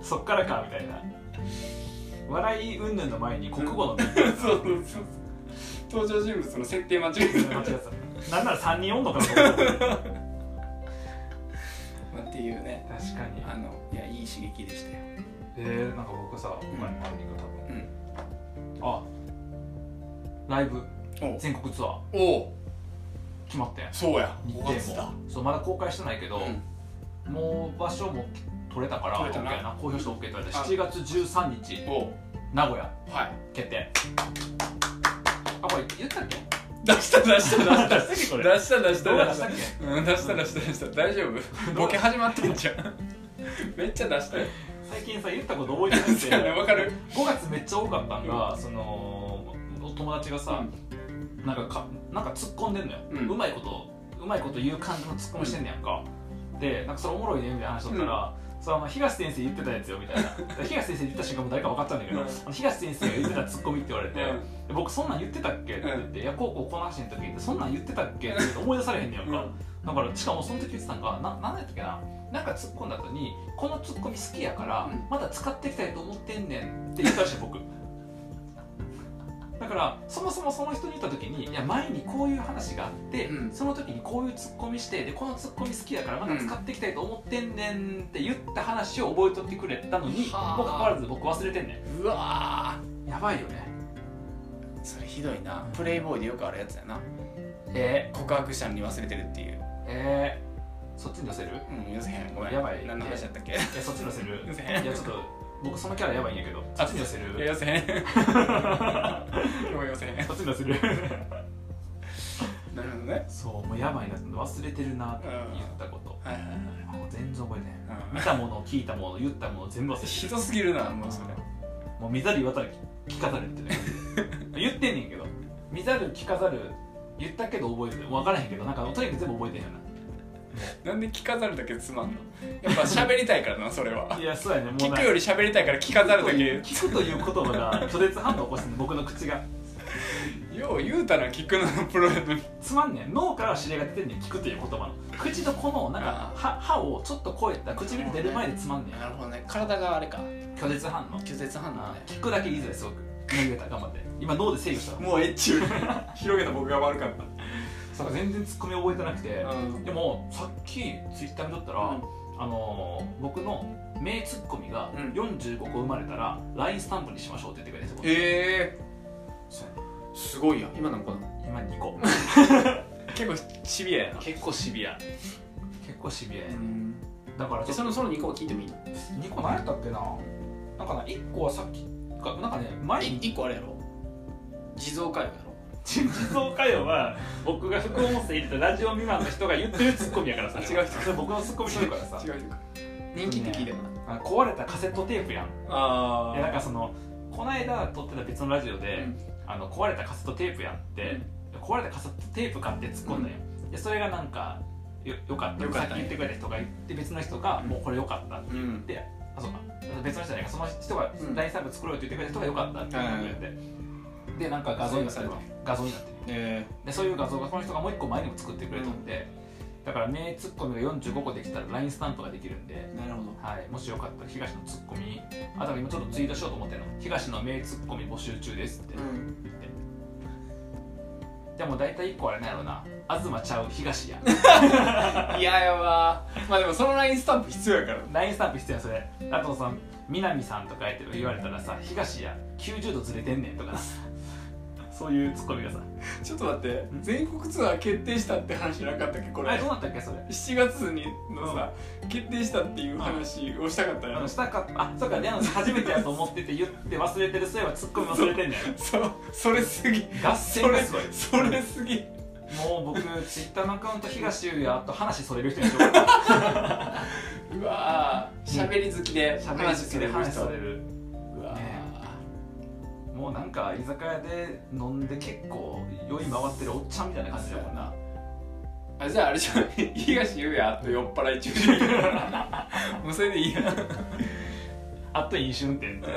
[SPEAKER 2] そっからかみたいな笑い云々の前に国語の勉強
[SPEAKER 1] そうそうそう登場人物の設定間違え
[SPEAKER 2] 間
[SPEAKER 1] た
[SPEAKER 2] 違ってたなんなら3人おんのかなと思った確か
[SPEAKER 1] まあっていうね
[SPEAKER 2] に
[SPEAKER 1] あのいやいい刺激でしたよ
[SPEAKER 2] えー、なんか僕さ今のタイミング多分
[SPEAKER 1] うん
[SPEAKER 2] あライブ
[SPEAKER 1] お
[SPEAKER 2] 全国ツアー
[SPEAKER 1] お
[SPEAKER 2] 決まってん
[SPEAKER 1] そうや
[SPEAKER 2] 日程もそうまだ公開してないけど、もう場所も取れたから
[SPEAKER 1] 取れたな
[SPEAKER 2] OK やな公表して OK って言われた7月13日
[SPEAKER 1] お
[SPEAKER 2] 名古屋
[SPEAKER 1] はい
[SPEAKER 2] 決定あこれ言ったっ け
[SPEAKER 1] 出した出した出した
[SPEAKER 2] 出したっけこ
[SPEAKER 1] 出
[SPEAKER 2] れ
[SPEAKER 1] した出した
[SPEAKER 2] 動画
[SPEAKER 1] 出
[SPEAKER 2] 出
[SPEAKER 1] し
[SPEAKER 2] したたっけ
[SPEAKER 1] うん出した出した出した大丈 夫ボケ始まってんじゃん めっちゃ出したよ
[SPEAKER 2] 最近さ言ったこと覚え てなく
[SPEAKER 1] そうやね
[SPEAKER 2] て
[SPEAKER 1] わかる
[SPEAKER 2] 5月めっちゃ多かったんが、そのお友達がさ、なんかかなんか突っ込んでんのよ、
[SPEAKER 1] う
[SPEAKER 2] うんまいことうまいこと言う感じの突っ込みしてんねやんか、でなんかそれおもろいねみたいな話しとったら、それはまあ東先生言ってたやつよみたいな東先生言ってた瞬間も誰か分かったんだけど、
[SPEAKER 1] うん
[SPEAKER 2] あの東先生が言ってた突っ込みって言われて、で僕そんなん言ってたっけって言って、いやこうこうこの話の時ってそんなん言ってたっけって言って思い出されへんねやんか、だからしかもその時言ってたんがななんだったっけななんか突っ込んだ後にこのツッコミ好きやから、
[SPEAKER 1] うん
[SPEAKER 2] まだ使っていきたいと思ってんねんって言ったらしい僕だからそもそもその人に言った時にいや前にこういう話があって、
[SPEAKER 1] うん
[SPEAKER 2] その時にこういうツッコミしてでこのツッコミ好きやからまだ使っていきたいと思ってんねんって言った話を覚えとってくれたのに
[SPEAKER 1] はあ
[SPEAKER 2] もかかわらず僕忘れてんね
[SPEAKER 1] うわ
[SPEAKER 2] んやばいよね
[SPEAKER 1] ーそれひどいなプレイボーイでよくあるやつやな
[SPEAKER 2] え
[SPEAKER 1] 告白したのに忘れてるっていう
[SPEAKER 2] ー、えー、そっちに寄せる
[SPEAKER 1] うん寄せへんごめん
[SPEAKER 2] やばい
[SPEAKER 1] 何の話やったっけ
[SPEAKER 2] いやそっちに寄せる
[SPEAKER 1] 寄せ
[SPEAKER 2] い
[SPEAKER 1] へ
[SPEAKER 2] や
[SPEAKER 1] ん
[SPEAKER 2] ちょっと僕そのキャラやばいんやけどそっちに寄せる
[SPEAKER 1] い や寄せへん 今日寄せへん
[SPEAKER 2] こっちに出せ る
[SPEAKER 1] なるほどね
[SPEAKER 2] そうもうやばいな忘れてるなって言ったこと
[SPEAKER 1] はいはいはい
[SPEAKER 2] もう全然覚えてへん
[SPEAKER 1] うん
[SPEAKER 2] 見たもの聞いたもの言ったもの全部忘れて
[SPEAKER 1] ひ
[SPEAKER 2] る
[SPEAKER 1] どすぎるなもうそれ
[SPEAKER 2] もう見ざる言わざる聞かざるみ たいな言ってんねんけど見ざる聞かざる言ったけど覚えてる分からへんけどなんかとにかく全部覚えてへんよ
[SPEAKER 1] なんで聞かざるだけつまんのやっぱ喋りたいからなそれは
[SPEAKER 2] ないやそうやねもう
[SPEAKER 1] 聞
[SPEAKER 2] な
[SPEAKER 1] くより喋りたいから聞かざるだけ
[SPEAKER 2] 聞くという言葉が拒絶反応を起こしてんの僕の口が
[SPEAKER 1] よう言うたら聞くのがプロやのに
[SPEAKER 2] つまんねん脳からは指令が出てんねん聞くという言葉の口のこのなんか
[SPEAKER 1] あー
[SPEAKER 2] 歯歯をちょっと超えた唇出る前でつまんね
[SPEAKER 1] る
[SPEAKER 2] ん
[SPEAKER 1] ほどね体があれか
[SPEAKER 2] 拒絶反応
[SPEAKER 1] 拒絶反
[SPEAKER 2] あー聞くだけいいぜすごく何言た頑張って今脳で制御した
[SPEAKER 1] もうエッチより広げた僕が悪かった
[SPEAKER 2] そう全然ツッコミ覚えてなくて、
[SPEAKER 1] うん
[SPEAKER 2] でもさっきツイッター見とったら、あのー僕の名ツッコミが
[SPEAKER 1] うん
[SPEAKER 2] 45個生まれたら LINE スタンプにしましょうって言ってくれてそこで
[SPEAKER 1] え
[SPEAKER 2] そう
[SPEAKER 1] ー、すごいやん今の子だ
[SPEAKER 2] 今2個
[SPEAKER 1] 結構シビアやな
[SPEAKER 2] 結構シビア結構シビアやねだからちょっと
[SPEAKER 1] そのその2個は聞いてもいいの
[SPEAKER 2] 2個何やったっけななんかな1個はさっきかなんかね前に
[SPEAKER 1] 1個あれやろ地蔵会話やろ
[SPEAKER 2] 地蔵歌謡は僕が副音声入れたラジオ未満の人が言ってるツッコミやからさ
[SPEAKER 1] 違う人
[SPEAKER 2] それ僕のツッコミしてるからさ
[SPEAKER 1] 違う人気って聞いたよな、
[SPEAKER 2] あの壊れたカセットテープやん
[SPEAKER 1] あ
[SPEAKER 2] いやなんかそのこの間撮ってた別のラジオで、
[SPEAKER 1] うん
[SPEAKER 2] あの壊れたカセットテープやんって、壊れたカセットテープ買って突っ込んだよ、でそれがなんかよよかった
[SPEAKER 1] よかった
[SPEAKER 2] さっき言ってくれた人が言って別の人が、
[SPEAKER 1] うん
[SPEAKER 2] もうこれよかったって
[SPEAKER 1] うん
[SPEAKER 2] あそうか別の人じゃないかその人が
[SPEAKER 1] うん
[SPEAKER 2] 大サーブ作ろうよって言ってくれた人がよかったって言ってくれて、でなんか画像になってるわ
[SPEAKER 1] そうい
[SPEAKER 2] 画像になってる
[SPEAKER 1] え
[SPEAKER 2] でそういう画像がこの人がもう一個前にも作ってくれとって、だから名ツッコミが45個できたら LINE スタンプができるんで、
[SPEAKER 1] ー、なるほど
[SPEAKER 2] はい、もしよかったら東のツッコミあだから今ちょっとツイートしようと思ってるの東の名ツッコミ募集中ですって、
[SPEAKER 1] ん
[SPEAKER 2] でも大体一個あれなんやろな東ちゃう東や
[SPEAKER 1] いややばーまあでもそのラインスタンプ必要やから
[SPEAKER 2] LINE スタンプ必要やそれあとさ南さんとか言って言われたらさ東や90度ずれてんねんとかさそういうツッコミがさ
[SPEAKER 1] ちょっと待って全国ツアー決定したって話なかったっけこれ
[SPEAKER 2] あれどうなったっけそれ
[SPEAKER 1] 7月にのさ、決定したっていう話をしたかった
[SPEAKER 2] あ
[SPEAKER 1] よ、
[SPEAKER 2] のしたかあそうかねあの初めてやと思ってて言って忘れてるそういえばツッコミ忘れてんだよ
[SPEAKER 1] そうそれすぎ
[SPEAKER 2] 合戦
[SPEAKER 1] そ
[SPEAKER 2] が
[SPEAKER 1] れ
[SPEAKER 2] すごい
[SPEAKER 1] それすぎ
[SPEAKER 2] もう僕ツイッターのアカウント東優也と話それる人にしようかな
[SPEAKER 1] うわー喋り好き で
[SPEAKER 2] 喋り好きで話それ
[SPEAKER 1] る
[SPEAKER 2] る
[SPEAKER 1] うわー
[SPEAKER 2] ねもうなんか居酒屋で飲んで結構酔い回ってるおっちゃんみたいな感じだもんな
[SPEAKER 1] あじゃああれじゃん 東優也と酔っ払い中心もうそれでいいや
[SPEAKER 2] あと飲酒運転って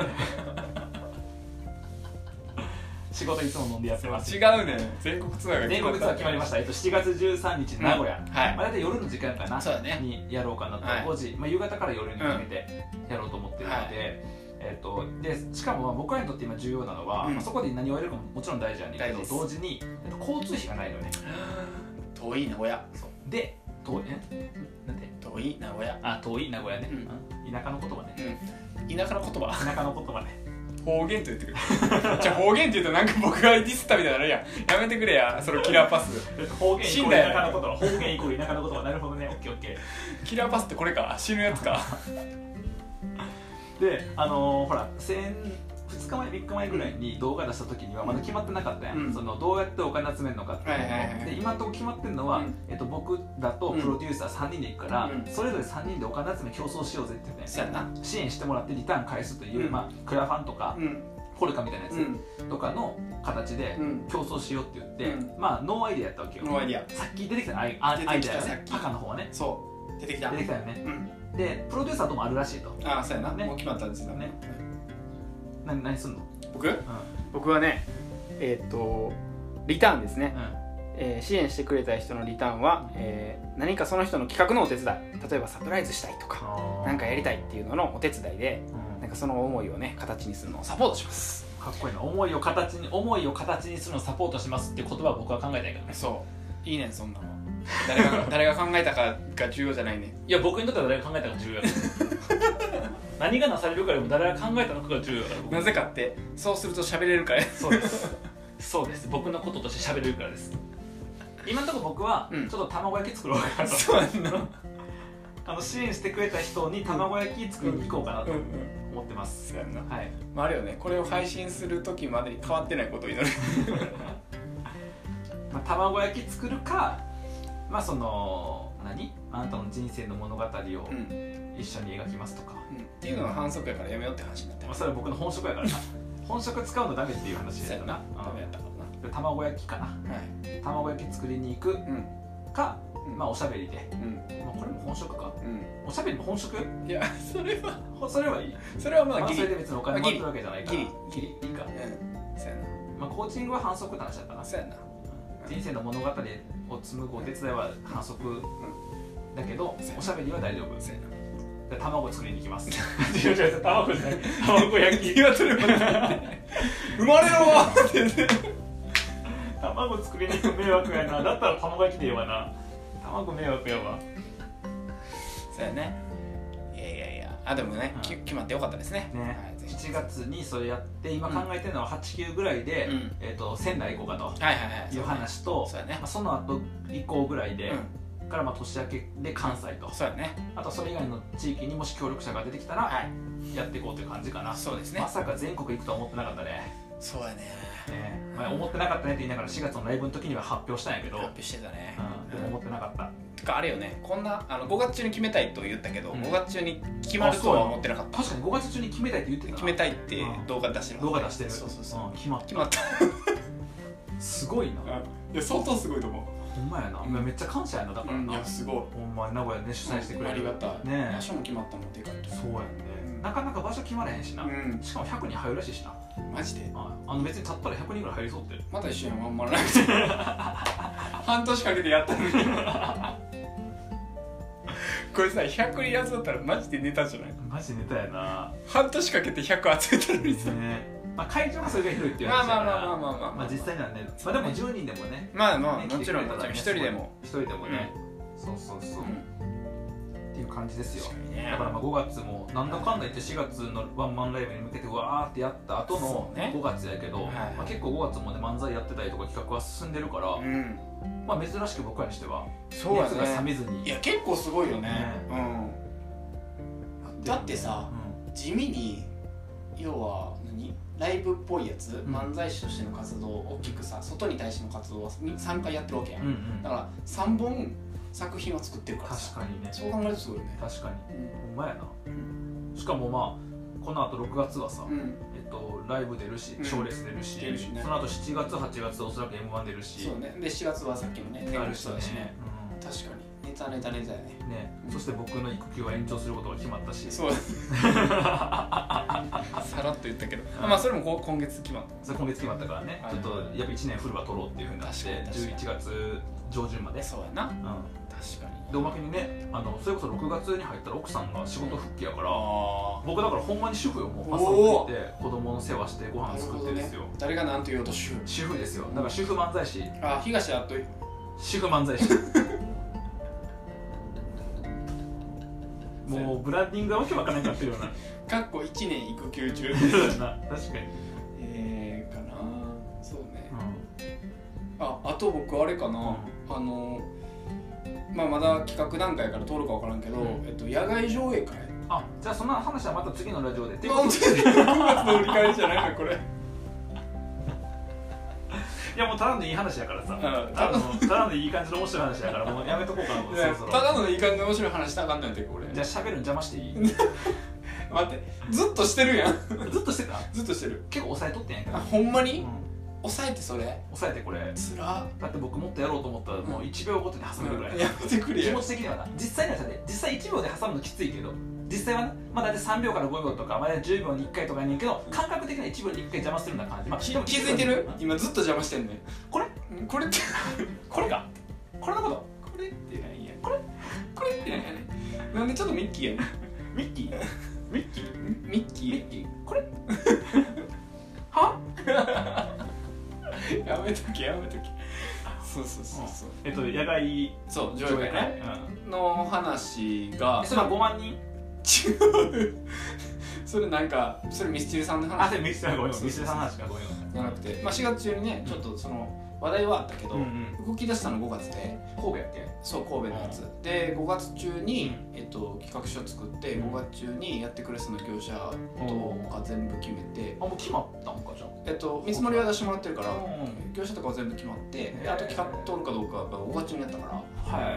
[SPEAKER 2] 仕事いつも飲んでやってます
[SPEAKER 1] 違うね全国ツアーが
[SPEAKER 2] 全国ツアー決まりました、えっと、7月13日名古屋、
[SPEAKER 1] はい
[SPEAKER 2] まあ、大体夜の時間かな
[SPEAKER 1] そうだね
[SPEAKER 2] にやろうかなと、
[SPEAKER 1] はい
[SPEAKER 2] 5時、まあ、夕方から夜にかけてやろうと思ってるので,、
[SPEAKER 1] はい
[SPEAKER 2] えっとでしかもまあ僕らにとって今重要なのは、
[SPEAKER 1] うん
[SPEAKER 2] まあそこで何をやるかももちろん大事なんだけ
[SPEAKER 1] 大事
[SPEAKER 2] ど
[SPEAKER 1] です
[SPEAKER 2] 同時に、えっと、交通費がないのよね
[SPEAKER 1] 遠い名古屋
[SPEAKER 2] で遠いえなんで
[SPEAKER 1] 遠い名古屋
[SPEAKER 2] あ遠い名古屋ね、
[SPEAKER 1] うん
[SPEAKER 2] 田舎の言葉ね
[SPEAKER 1] うん田舎の言葉
[SPEAKER 2] 田舎の言葉ね
[SPEAKER 1] 方言と言ってくるじゃあ方言って言うとなんか僕がディスったみたいになるやんやめてくれやそのキラーパス
[SPEAKER 2] 方言イ
[SPEAKER 1] 死
[SPEAKER 2] コ
[SPEAKER 1] ん
[SPEAKER 2] ー
[SPEAKER 1] だ
[SPEAKER 2] ル田
[SPEAKER 1] よ
[SPEAKER 2] 舎の言葉方言イコール田舎の言葉なるほどねオッケーオッケー
[SPEAKER 1] キラーパスってこれか死ぬやつか
[SPEAKER 2] であのーほら先2日前3日前ぐらいに動画出した時にはまだ決まってなかったやん、
[SPEAKER 1] うん
[SPEAKER 2] そのどうやってお金集めるのかっていうのも、
[SPEAKER 1] はいはいはい
[SPEAKER 2] で今のとこ決まってるのは、
[SPEAKER 1] うん
[SPEAKER 2] えっと、僕だとプロデューサー3人で行くから、
[SPEAKER 1] うん
[SPEAKER 2] それぞれ3人でお金集め競争しようぜってね、
[SPEAKER 1] そうやな
[SPEAKER 2] 支援してもらってリターン返すという、
[SPEAKER 1] うん
[SPEAKER 2] まあ、クラファンとか、
[SPEAKER 1] うん
[SPEAKER 2] ホルカみたいなや
[SPEAKER 1] うん
[SPEAKER 2] つとかの形で
[SPEAKER 1] うん
[SPEAKER 2] 競争しようって言って、
[SPEAKER 1] う
[SPEAKER 2] まあノーアイデアやったわけよ、
[SPEAKER 1] ノーアイディ
[SPEAKER 2] さっき出てきたアイア
[SPEAKER 1] 出
[SPEAKER 2] アイ
[SPEAKER 1] てき
[SPEAKER 2] デ
[SPEAKER 1] た
[SPEAKER 2] アや
[SPEAKER 1] さ
[SPEAKER 2] ね
[SPEAKER 1] っき
[SPEAKER 2] 赤の方はね
[SPEAKER 1] アそう出てきた
[SPEAKER 2] 出てきたよね
[SPEAKER 1] うん
[SPEAKER 2] でプロデューサーともあるらしいと
[SPEAKER 1] ああそうやな
[SPEAKER 2] ね
[SPEAKER 1] もう決まったんですよ
[SPEAKER 2] ね何何すんの
[SPEAKER 1] 僕
[SPEAKER 2] うん
[SPEAKER 1] 僕はねえっとリターンですね
[SPEAKER 2] うん
[SPEAKER 1] えー支援してくれた人のリターンは、えー何かその人の企画のお手伝い例えばサプライズしたいとか
[SPEAKER 2] な
[SPEAKER 1] 何かやりたいっていうののお手伝いでなんかその思いをね形にするのをサポートします
[SPEAKER 2] かっこいいな思いを形に思いを形にするのをサポートしますっていう言葉は僕は考えたいからね
[SPEAKER 1] そういいねんそんなの誰が 誰が考えたかが重要じゃないね
[SPEAKER 2] いや僕にとっては誰が考えたのが重要だ 何がなされるかよりも誰が考えたのかが重要だから僕
[SPEAKER 1] なぜかってそうすると喋れるから
[SPEAKER 2] そうですそうです僕のこととして喋れるからです今のところ僕は
[SPEAKER 1] うん
[SPEAKER 2] ちょっと卵焼き作ろうかなと、
[SPEAKER 1] そうやんな
[SPEAKER 2] あの支援してくれた人に卵焼き作りに行こうかな
[SPEAKER 1] うん
[SPEAKER 2] と
[SPEAKER 1] うん
[SPEAKER 2] 思ってます、
[SPEAKER 1] そうやんな、
[SPEAKER 2] はい
[SPEAKER 1] まあ、あるよねこれを配信する時までに変わってないことを祈る
[SPEAKER 2] まあ、卵焼き作るかまあその何あなたの人生の物語を
[SPEAKER 1] うん、うん、
[SPEAKER 2] 一緒に描きますとか、
[SPEAKER 1] っていうのは反則やからやめようって話になって
[SPEAKER 2] ま
[SPEAKER 1] ま
[SPEAKER 2] あ、
[SPEAKER 1] す
[SPEAKER 2] それは僕の本職やから な本職使うのダメっていう話
[SPEAKER 1] そう
[SPEAKER 2] だ
[SPEAKER 1] や
[SPEAKER 2] よ
[SPEAKER 1] な
[SPEAKER 2] な、
[SPEAKER 1] ダメやったか
[SPEAKER 2] うんで卵焼きかな
[SPEAKER 1] らなはい
[SPEAKER 2] 卵焼き作りに行く
[SPEAKER 1] うん
[SPEAKER 2] か、
[SPEAKER 1] うん
[SPEAKER 2] まあ、おしゃべりで、
[SPEAKER 1] うん
[SPEAKER 2] まあ、これも本職か
[SPEAKER 1] う
[SPEAKER 2] おしゃべりも本職
[SPEAKER 1] んいやそれは
[SPEAKER 2] ほそれはいい、
[SPEAKER 1] それは
[SPEAKER 2] ま
[SPEAKER 1] ま
[SPEAKER 2] あ、
[SPEAKER 1] あギ
[SPEAKER 2] そ
[SPEAKER 1] リ
[SPEAKER 2] れで別にお金もらってるわけじゃないから
[SPEAKER 1] ギ
[SPEAKER 2] ギリいいか
[SPEAKER 1] う、んそうや
[SPEAKER 2] まあ、コーチングは反則って話だったな
[SPEAKER 1] なそうやな
[SPEAKER 2] 人生の物語を紡ぐお手伝いは反則だけど、おしゃべりは大丈夫
[SPEAKER 1] そうやな
[SPEAKER 2] で卵作りに行きます違う違う卵じゃない卵焼 き
[SPEAKER 1] 言われるまで生まれろーって言って
[SPEAKER 2] 卵作りに行く迷惑やなだったら卵焼きでええわな卵迷惑やわ
[SPEAKER 1] そうやねいやいやいやあでもね、き決まってよかったですね
[SPEAKER 2] ね
[SPEAKER 1] はい、ぜひ
[SPEAKER 2] 7月にそれやって今考えてるのは89ぐらいで、
[SPEAKER 1] うん
[SPEAKER 2] えー、と仙台行こうかと
[SPEAKER 1] はいはいはい
[SPEAKER 2] いう話と
[SPEAKER 1] そうやね
[SPEAKER 2] まあ、その後以降ぐらいで、
[SPEAKER 1] う
[SPEAKER 2] からまあ年明けで関西と
[SPEAKER 1] んそうやね
[SPEAKER 2] あとそれ以外の地域にもし協力者が出てきたら
[SPEAKER 1] はい
[SPEAKER 2] やっていこうという感じかな、
[SPEAKER 1] そうですね
[SPEAKER 2] まさか全国行くとは思ってなかったね
[SPEAKER 1] そうや ね
[SPEAKER 2] ね、まあ、思ってなかったねって言いながら4月のライブの時には発表したんやけど、
[SPEAKER 1] 発表してたね
[SPEAKER 2] うん、でも思ってなかった
[SPEAKER 1] てかあれよねこんなあの5月中に決めたいと言ったけど、
[SPEAKER 2] うん
[SPEAKER 1] 5月中に決まるとは思ってなかった
[SPEAKER 2] 確かに5月中に決めたいって言ってたな
[SPEAKER 1] 決めたいって
[SPEAKER 2] うん
[SPEAKER 1] 動画出してる
[SPEAKER 2] 動画出してる
[SPEAKER 1] そうそうそう、
[SPEAKER 2] ん決まっ
[SPEAKER 1] 決まった
[SPEAKER 2] たすごいな、
[SPEAKER 1] いや相当すごいと思
[SPEAKER 2] ほんまやな、
[SPEAKER 1] うん
[SPEAKER 2] めっちゃ感謝やなだからな、
[SPEAKER 1] すごい
[SPEAKER 2] ほんまに名古屋でね主催してくれ
[SPEAKER 1] あり
[SPEAKER 2] る、
[SPEAKER 1] がたい、
[SPEAKER 2] ねえ
[SPEAKER 1] 場所も決まったもんでかいと
[SPEAKER 2] そうやんね、
[SPEAKER 1] うん
[SPEAKER 2] なかなか場所決まれへんしな、
[SPEAKER 1] う
[SPEAKER 2] しかも100人入るらしいしな、
[SPEAKER 1] んマジで
[SPEAKER 2] ああの別に立ったら100人ぐらい入りそうって
[SPEAKER 1] また一緒にまんまなくて半年かけてやったのにこれさ100人集まったらマジでネタじゃない
[SPEAKER 2] マジネタやな、
[SPEAKER 1] 半年かけて100集めたのにさ
[SPEAKER 2] ねまあ、会場がそれが広いっていう
[SPEAKER 1] まあ
[SPEAKER 2] 話だ
[SPEAKER 1] ま
[SPEAKER 2] か
[SPEAKER 1] あ
[SPEAKER 2] ら
[SPEAKER 1] まあまあまあまあ
[SPEAKER 2] まあ実際にはね、まあ、でも10人でもね
[SPEAKER 1] まあまあ
[SPEAKER 2] ね
[SPEAKER 1] もちろん
[SPEAKER 2] 来
[SPEAKER 1] もち
[SPEAKER 2] てく
[SPEAKER 1] ろん
[SPEAKER 2] れ
[SPEAKER 1] 一
[SPEAKER 2] たらね
[SPEAKER 1] 人でも
[SPEAKER 2] すごい一人でもね、そうそうそ
[SPEAKER 1] う
[SPEAKER 2] う、
[SPEAKER 1] ん
[SPEAKER 2] っていう感じですよ
[SPEAKER 3] 確かにね
[SPEAKER 2] だからまあ5月もなんだかんだ言って4月のワンマンライブに向けてわーってやった後の
[SPEAKER 1] そうね
[SPEAKER 2] 5月やけど、
[SPEAKER 1] はい
[SPEAKER 2] まあ、結構5月もね漫才やってたりとか企画は進んでるから、
[SPEAKER 1] うん
[SPEAKER 2] まあ、珍しく僕らにしては
[SPEAKER 1] そうや
[SPEAKER 2] 熱が冷
[SPEAKER 1] ね
[SPEAKER 2] めずに
[SPEAKER 1] いや結構すごいよね
[SPEAKER 2] う
[SPEAKER 1] うんだってさ地味に要は何ライブっぽいやつ、
[SPEAKER 2] ん
[SPEAKER 1] 漫才師としての活動を大きくさ外に対しての活動は3回やってるわけやん、
[SPEAKER 2] うんうん
[SPEAKER 1] だから3本作品は作ってるから
[SPEAKER 2] 確
[SPEAKER 1] さ
[SPEAKER 2] かにね
[SPEAKER 1] そう考えるとすごいよね
[SPEAKER 2] 確かに
[SPEAKER 1] うん
[SPEAKER 2] ほんまやなしかもまあこの後6月はさ、
[SPEAKER 1] うん
[SPEAKER 2] えっと、ライブ出るし
[SPEAKER 1] うん
[SPEAKER 2] 賞レース出るし,、
[SPEAKER 1] 出るしね
[SPEAKER 2] その後7月8月おそらく m 1出るし
[SPEAKER 1] そうねで4月はさっきのね手
[SPEAKER 2] あ
[SPEAKER 1] 軽
[SPEAKER 2] るし
[SPEAKER 1] そうだしね
[SPEAKER 2] ね,、
[SPEAKER 1] 確かにネタネタネタやね
[SPEAKER 2] うんね
[SPEAKER 1] うん
[SPEAKER 2] そして僕の育休は延長することが決まったし
[SPEAKER 1] そうさらっと言ったけどまあそれもこう今月決まった
[SPEAKER 2] それ今月決まったからね、
[SPEAKER 1] はい
[SPEAKER 2] ちょっとやっぱ1年フルは取ろうっていうふうになって
[SPEAKER 1] 確かに確
[SPEAKER 2] 11月上旬まで、
[SPEAKER 1] そうやな
[SPEAKER 2] う
[SPEAKER 1] 確か
[SPEAKER 2] ん、
[SPEAKER 1] に
[SPEAKER 2] でおまけにねあのそれこそ6月に入ったら奥さんが仕事復帰やから、
[SPEAKER 1] あ
[SPEAKER 2] 僕だからほんまに主婦よもう
[SPEAKER 1] お
[SPEAKER 2] 朝
[SPEAKER 1] ー
[SPEAKER 2] 起きて子供の世話してご
[SPEAKER 1] あな
[SPEAKER 2] 飯
[SPEAKER 1] る
[SPEAKER 2] 作
[SPEAKER 1] ほ
[SPEAKER 2] っ
[SPEAKER 1] ど
[SPEAKER 2] てで
[SPEAKER 1] ね
[SPEAKER 2] すよ、
[SPEAKER 1] 誰が何と言おうと主婦
[SPEAKER 2] 主婦ですよだから主婦漫才師
[SPEAKER 1] あ東だと
[SPEAKER 2] 主婦漫 才師もうブランディングがわけわからなくなってるような
[SPEAKER 1] かっこ1年育休中
[SPEAKER 2] 確かに、
[SPEAKER 1] えー、かなそうねああと僕あれかな、あのまあまだ企画段階から通るか分からんけど、
[SPEAKER 2] うん
[SPEAKER 1] えっと、野外上映会
[SPEAKER 2] あじゃあそんな話はまた次のラジオでっていうこ
[SPEAKER 1] 本
[SPEAKER 2] と
[SPEAKER 1] 当に9月の折り返しじゃないのこれ
[SPEAKER 2] いやもうただのいい話やからさ、
[SPEAKER 1] ん
[SPEAKER 2] ただのただのいい感じの面白い話やからもうやめとこうかなもうそろそろ
[SPEAKER 1] ただのいい感じの面白い話したらあかんのやてこれ
[SPEAKER 2] じゃあ喋るの邪魔して いい
[SPEAKER 1] 待ってずっとしてるやん
[SPEAKER 2] ずっとしてた
[SPEAKER 1] ずっとしてる
[SPEAKER 2] 結構抑えとってんやけど
[SPEAKER 1] あ、ほんまに、
[SPEAKER 2] うん、
[SPEAKER 1] 抑えてそれ
[SPEAKER 2] 抑えてこれ
[SPEAKER 1] つら
[SPEAKER 2] だって僕もっとやろうと思ったらもう1秒ごとに挟めるぐらい、
[SPEAKER 1] やめてくれ
[SPEAKER 2] 気
[SPEAKER 1] よ
[SPEAKER 2] 持ち的にはな実際にはさね実際1秒で挟むのきついけど実際はなまあ大体3秒から5秒とかまあ大体10秒に1回とかやねんけど感覚的には1秒に1回邪魔するような感じ、まあ、
[SPEAKER 1] き
[SPEAKER 2] でも
[SPEAKER 1] 気づいてる
[SPEAKER 2] うん
[SPEAKER 1] 今ずっと邪魔してんねん
[SPEAKER 2] これ
[SPEAKER 1] んこれって
[SPEAKER 2] これかこれのこと
[SPEAKER 1] これってなんやこれこれってなんやねなんでちょっとミッキーやね
[SPEAKER 2] ミッキーミッキー
[SPEAKER 1] んミッ
[SPEAKER 2] ミ
[SPEAKER 1] キ
[SPEAKER 2] ッキーこれは
[SPEAKER 1] ーやめとけやめとけそうそうそうそう
[SPEAKER 2] えっと野外
[SPEAKER 1] そう上
[SPEAKER 2] 上
[SPEAKER 1] 映会
[SPEAKER 2] 映会
[SPEAKER 1] ねの話
[SPEAKER 2] う
[SPEAKER 1] が
[SPEAKER 2] ん、それは5万人
[SPEAKER 1] 違う それなんかそれミスチルさんの
[SPEAKER 2] あ
[SPEAKER 1] 話
[SPEAKER 2] で
[SPEAKER 1] じ
[SPEAKER 2] もミスターごめんミスターさんの話かごめん
[SPEAKER 1] ゃなくて、まあ、4月中にねちょっとその話題はあったけど、
[SPEAKER 2] うんうん
[SPEAKER 1] 動き出したの5月で
[SPEAKER 2] 神戸やっけ
[SPEAKER 1] そう神戸のやつ、で5月中に、
[SPEAKER 2] う
[SPEAKER 1] えっと、企画書作って
[SPEAKER 2] うん
[SPEAKER 1] 5月中にやってくれそうな業者と
[SPEAKER 2] うん
[SPEAKER 1] か全部決めて、
[SPEAKER 2] あもう決まったんかじゃ
[SPEAKER 1] えっと、見積もりは出してもらってるか
[SPEAKER 2] あ
[SPEAKER 1] ら、
[SPEAKER 2] うん
[SPEAKER 1] 業者とかは全部決まって
[SPEAKER 2] へ
[SPEAKER 1] で
[SPEAKER 2] ー
[SPEAKER 1] あと企画通るかどうかが5月中にやったか
[SPEAKER 2] は
[SPEAKER 1] ら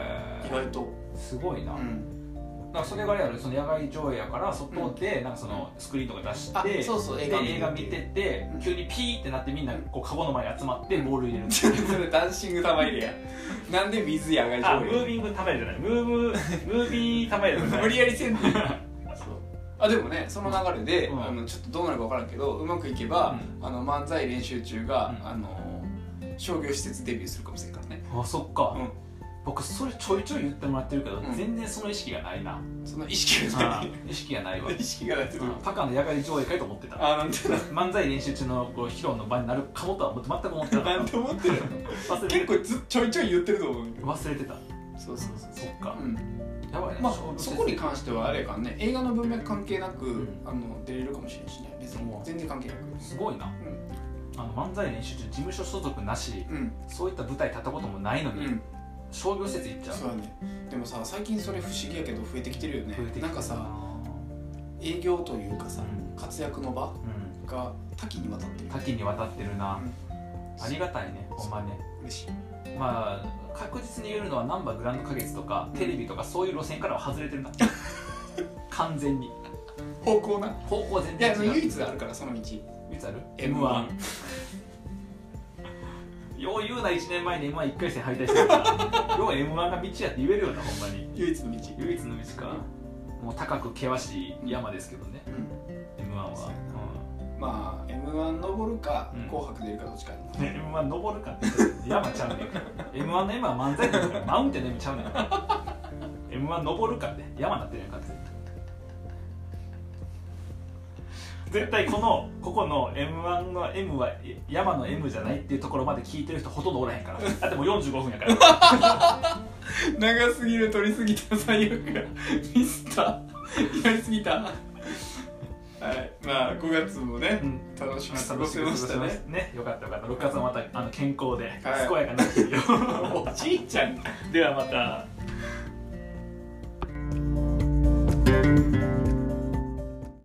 [SPEAKER 1] 意
[SPEAKER 2] い
[SPEAKER 1] 外と、
[SPEAKER 2] すごいな、
[SPEAKER 1] うん、
[SPEAKER 2] だからそれがあれやろその野外上映やから外でなんかそのスクリーンとか出し
[SPEAKER 1] あ
[SPEAKER 2] て、
[SPEAKER 1] そうそう
[SPEAKER 2] で
[SPEAKER 1] 映
[SPEAKER 2] 映
[SPEAKER 1] 画
[SPEAKER 2] 画
[SPEAKER 1] 見る
[SPEAKER 2] 見てて
[SPEAKER 1] うん
[SPEAKER 2] 急にピーってなってみんなこうカゴの前に集まってボール入れ る
[SPEAKER 1] それダンシング玉入れやなんで水やがい
[SPEAKER 2] あ
[SPEAKER 1] 上
[SPEAKER 2] ム
[SPEAKER 1] 映
[SPEAKER 2] ービング玉入れじゃないムーブムービー玉入れじゃ ない
[SPEAKER 1] 無理やりせんであでもねその流れで、
[SPEAKER 2] うん
[SPEAKER 1] あのちょっとどうなるか分からんけどうまくいけば、あの漫才練習中が、
[SPEAKER 2] うん
[SPEAKER 1] あの商業施設デビューするかもしれんからね、
[SPEAKER 2] あそっか、
[SPEAKER 1] うん
[SPEAKER 2] 僕それちょいちょい言ってもらってるけど、
[SPEAKER 1] うん
[SPEAKER 2] 全然その意識がない な
[SPEAKER 1] その意識がな
[SPEAKER 2] あ
[SPEAKER 1] い
[SPEAKER 2] ー意識がないわ
[SPEAKER 1] 意識がないってどういう
[SPEAKER 2] パカの野外上映会と思ってた
[SPEAKER 1] ああなんてな
[SPEAKER 2] 漫才練習中のこう披露の場になるかもとは思って全く思ってなか
[SPEAKER 1] な
[SPEAKER 2] っ
[SPEAKER 1] んて思ってるの
[SPEAKER 2] た忘れて
[SPEAKER 1] 結構ずちょいちょい言ってると思うんだけど
[SPEAKER 2] 忘れてた
[SPEAKER 1] そうそうそう
[SPEAKER 2] そっか、
[SPEAKER 1] うん、
[SPEAKER 2] やばいね、
[SPEAKER 1] まあ
[SPEAKER 2] 勝負
[SPEAKER 1] そこに関してはあれやからね映画の文脈関係なく、
[SPEAKER 2] ん
[SPEAKER 1] あの出れるかもしれんしね別に
[SPEAKER 2] うん
[SPEAKER 1] 全然関係なく
[SPEAKER 2] すごいな、あの漫才練習中事務所所属なし
[SPEAKER 1] うん
[SPEAKER 2] そういった舞台立ったこともないの
[SPEAKER 1] う
[SPEAKER 2] に、
[SPEAKER 1] ん
[SPEAKER 2] 商業施設行っちゃう
[SPEAKER 1] そうだねでもさ最近それ不思議やけど増えてきてるよね
[SPEAKER 2] 増えてきてる
[SPEAKER 1] なんかさ営業というかさ、
[SPEAKER 2] うん
[SPEAKER 1] 活躍の場
[SPEAKER 2] うん
[SPEAKER 1] が多岐にわたってる
[SPEAKER 2] 多岐にわたってるな、
[SPEAKER 1] うん
[SPEAKER 2] ありがたいねほんまね
[SPEAKER 1] 嬉しい
[SPEAKER 2] まあ確実に言えるのは「ナンバーグランド花月」とかテレビとかそういう路線からは外れてるな完全 に
[SPEAKER 1] 方向な
[SPEAKER 2] 方向全
[SPEAKER 1] いや
[SPEAKER 2] 然
[SPEAKER 1] あの
[SPEAKER 2] 違う
[SPEAKER 1] 唯一あるからその道
[SPEAKER 2] いつある
[SPEAKER 1] M1
[SPEAKER 2] よう言うな1年前に m 1 1回戦敗退してる からよう m 1が道やって言えるよなほんまに
[SPEAKER 1] 唯一の道
[SPEAKER 2] 唯一の道かもう高く険しい山ですけどね
[SPEAKER 1] うん
[SPEAKER 2] m 1は、
[SPEAKER 1] そうや
[SPEAKER 2] う
[SPEAKER 1] まあ m 1登るか、
[SPEAKER 2] うん
[SPEAKER 1] 紅白出るかどっちかや
[SPEAKER 2] ん、m 1登るかって山ちゃうねん m 1の山は漫才のからマウンテンの山ちゃうねん m 1登るかって山になってるやんかって絶対このここの m 1の M は 山の M じゃないっていうところまで聞いてる人ほとんどおらへんからだってもう45分やから
[SPEAKER 1] 長すぎる取りすぎた最悪ミスったやりすぎたはいまあ5月もね
[SPEAKER 2] うん
[SPEAKER 1] 楽しく過ごせましたね
[SPEAKER 2] ねよかったよかった6月はまたあの健康で
[SPEAKER 1] はい
[SPEAKER 2] 健やかな日々を
[SPEAKER 1] おじいちゃん
[SPEAKER 2] ではまた